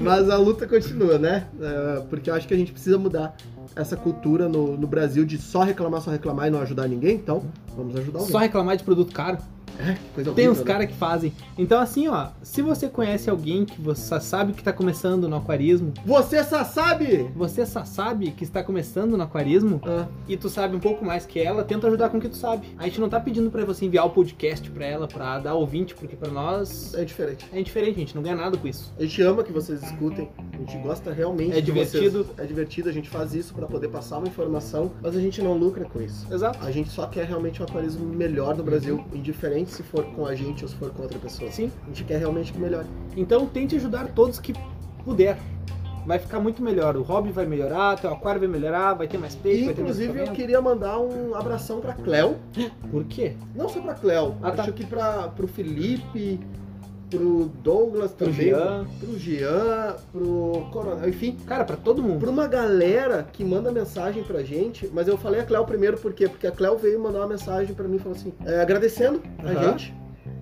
Speaker 2: mas a luta continua, né? Ah, porque eu acho que a gente precisa mudar essa cultura no, no Brasil de só reclamar, só reclamar e não ajudar ninguém, então vamos ajudar alguém.
Speaker 1: Só reclamar de produto caro.
Speaker 2: Coisa
Speaker 1: Tem
Speaker 2: horrível,
Speaker 1: uns
Speaker 2: né?
Speaker 1: caras que fazem. Então, assim, ó, se você conhece alguém que você só sabe que tá começando no aquarismo,
Speaker 2: Você só sabe!
Speaker 1: você só sabe que está começando no aquarismo
Speaker 2: Ah,
Speaker 1: e tu sabe um pouco mais que ela, tenta ajudar com o que tu sabe. A gente não tá pedindo pra você enviar o podcast pra ela, pra dar ouvinte, porque pra nós
Speaker 2: é diferente.
Speaker 1: é diferente, a gente não ganha nada com isso.
Speaker 2: A gente ama que vocês escutem, a gente gosta realmente
Speaker 1: É
Speaker 2: de vocês.
Speaker 1: divertido.
Speaker 2: É divertido, a gente faz isso pra poder passar uma informação, mas a gente não lucra com isso.
Speaker 1: Exato.
Speaker 2: A gente só quer realmente um aquarismo melhor no Brasil, indiferente se for com a gente ou se for com outra pessoa.
Speaker 1: Sim.
Speaker 2: A gente quer realmente que melhore.
Speaker 1: Então, tente ajudar todos que puder. Vai ficar muito melhor. O hobby vai melhorar, teu aquário vai melhorar, vai ter mais peixe,
Speaker 2: E,
Speaker 1: vai ter mais
Speaker 2: inclusive, eu
Speaker 1: equipamento.
Speaker 2: queria mandar é um abração pra Cleo.
Speaker 1: Por quê?
Speaker 2: Não só pra Cleo,
Speaker 1: Ah, tá.
Speaker 2: acho que pra, pro Felipe, pro Douglas
Speaker 1: Pro
Speaker 2: também,
Speaker 1: Jean.
Speaker 2: pro Jean, pro Coronel, enfim.
Speaker 1: Cara, pra todo mundo.
Speaker 2: Pra uma galera que manda mensagem pra gente, mas eu falei a Cleo primeiro por quê? Porque a Cleo veio mandar uma mensagem pra mim falou assim, é, agradecendo a
Speaker 1: Aham.
Speaker 2: gente.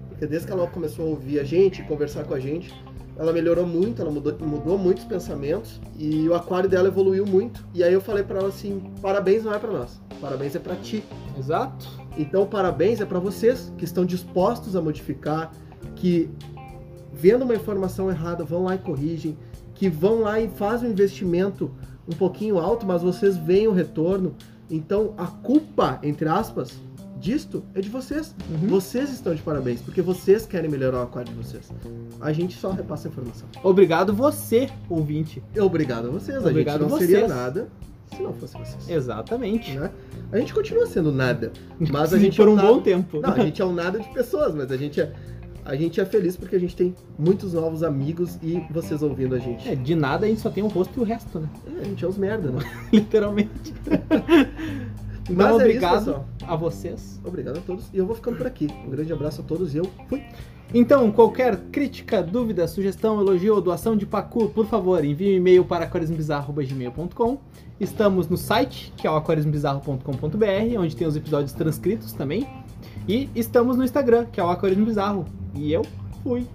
Speaker 2: Porque desde que ela começou a ouvir a gente, conversar com a gente, ela melhorou muito, ela mudou, mudou muitos pensamentos e o aquário dela evoluiu muito. E aí eu falei pra ela assim, parabéns não é pra nós, parabéns é pra ti.
Speaker 1: Exato.
Speaker 2: Então parabéns é pra vocês que estão dispostos a modificar, que vendo uma informação errada vão lá e corrigem, que vão lá e fazem um investimento um pouquinho alto, mas vocês veem o retorno. Então a culpa, entre aspas, disto é de vocês.
Speaker 1: Uhum.
Speaker 2: Vocês estão de parabéns, porque vocês querem melhorar o aquário de vocês. A gente só repassa a informação. É
Speaker 1: Obrigado você, ouvinte.
Speaker 2: Obrigado a vocês.
Speaker 1: Obrigado
Speaker 2: a gente não
Speaker 1: vocês.
Speaker 2: seria nada se não fosse vocês.
Speaker 1: Exatamente.
Speaker 2: né? A gente continua sendo nada, mas a
Speaker 1: Sim,
Speaker 2: gente
Speaker 1: por
Speaker 2: é
Speaker 1: um
Speaker 2: nada-
Speaker 1: bom tempo.
Speaker 2: Não, a gente é um nada de pessoas, mas a gente é a gente é feliz porque a gente tem muitos novos amigos e vocês ouvindo a gente.
Speaker 1: É, de nada a gente só tem o rosto e o resto, né?
Speaker 2: É, a gente é uns merda, né?
Speaker 1: Literalmente. Então,
Speaker 2: Mas é
Speaker 1: obrigado
Speaker 2: isso, pessoal.
Speaker 1: a vocês.
Speaker 2: Obrigado a todos. E eu vou ficando por aqui. Um grande abraço a todos e eu fui.
Speaker 1: Então, qualquer crítica, dúvida, sugestão, elogio ou doação de pacu, por favor, envie um e-mail para aquarismobizarro.gmail.com. Estamos no site, que é o aquarismobizarro.com.br, onde tem os episódios transcritos também. E estamos no Instagram, que é o Aquarismo Bizarro. E eu fui.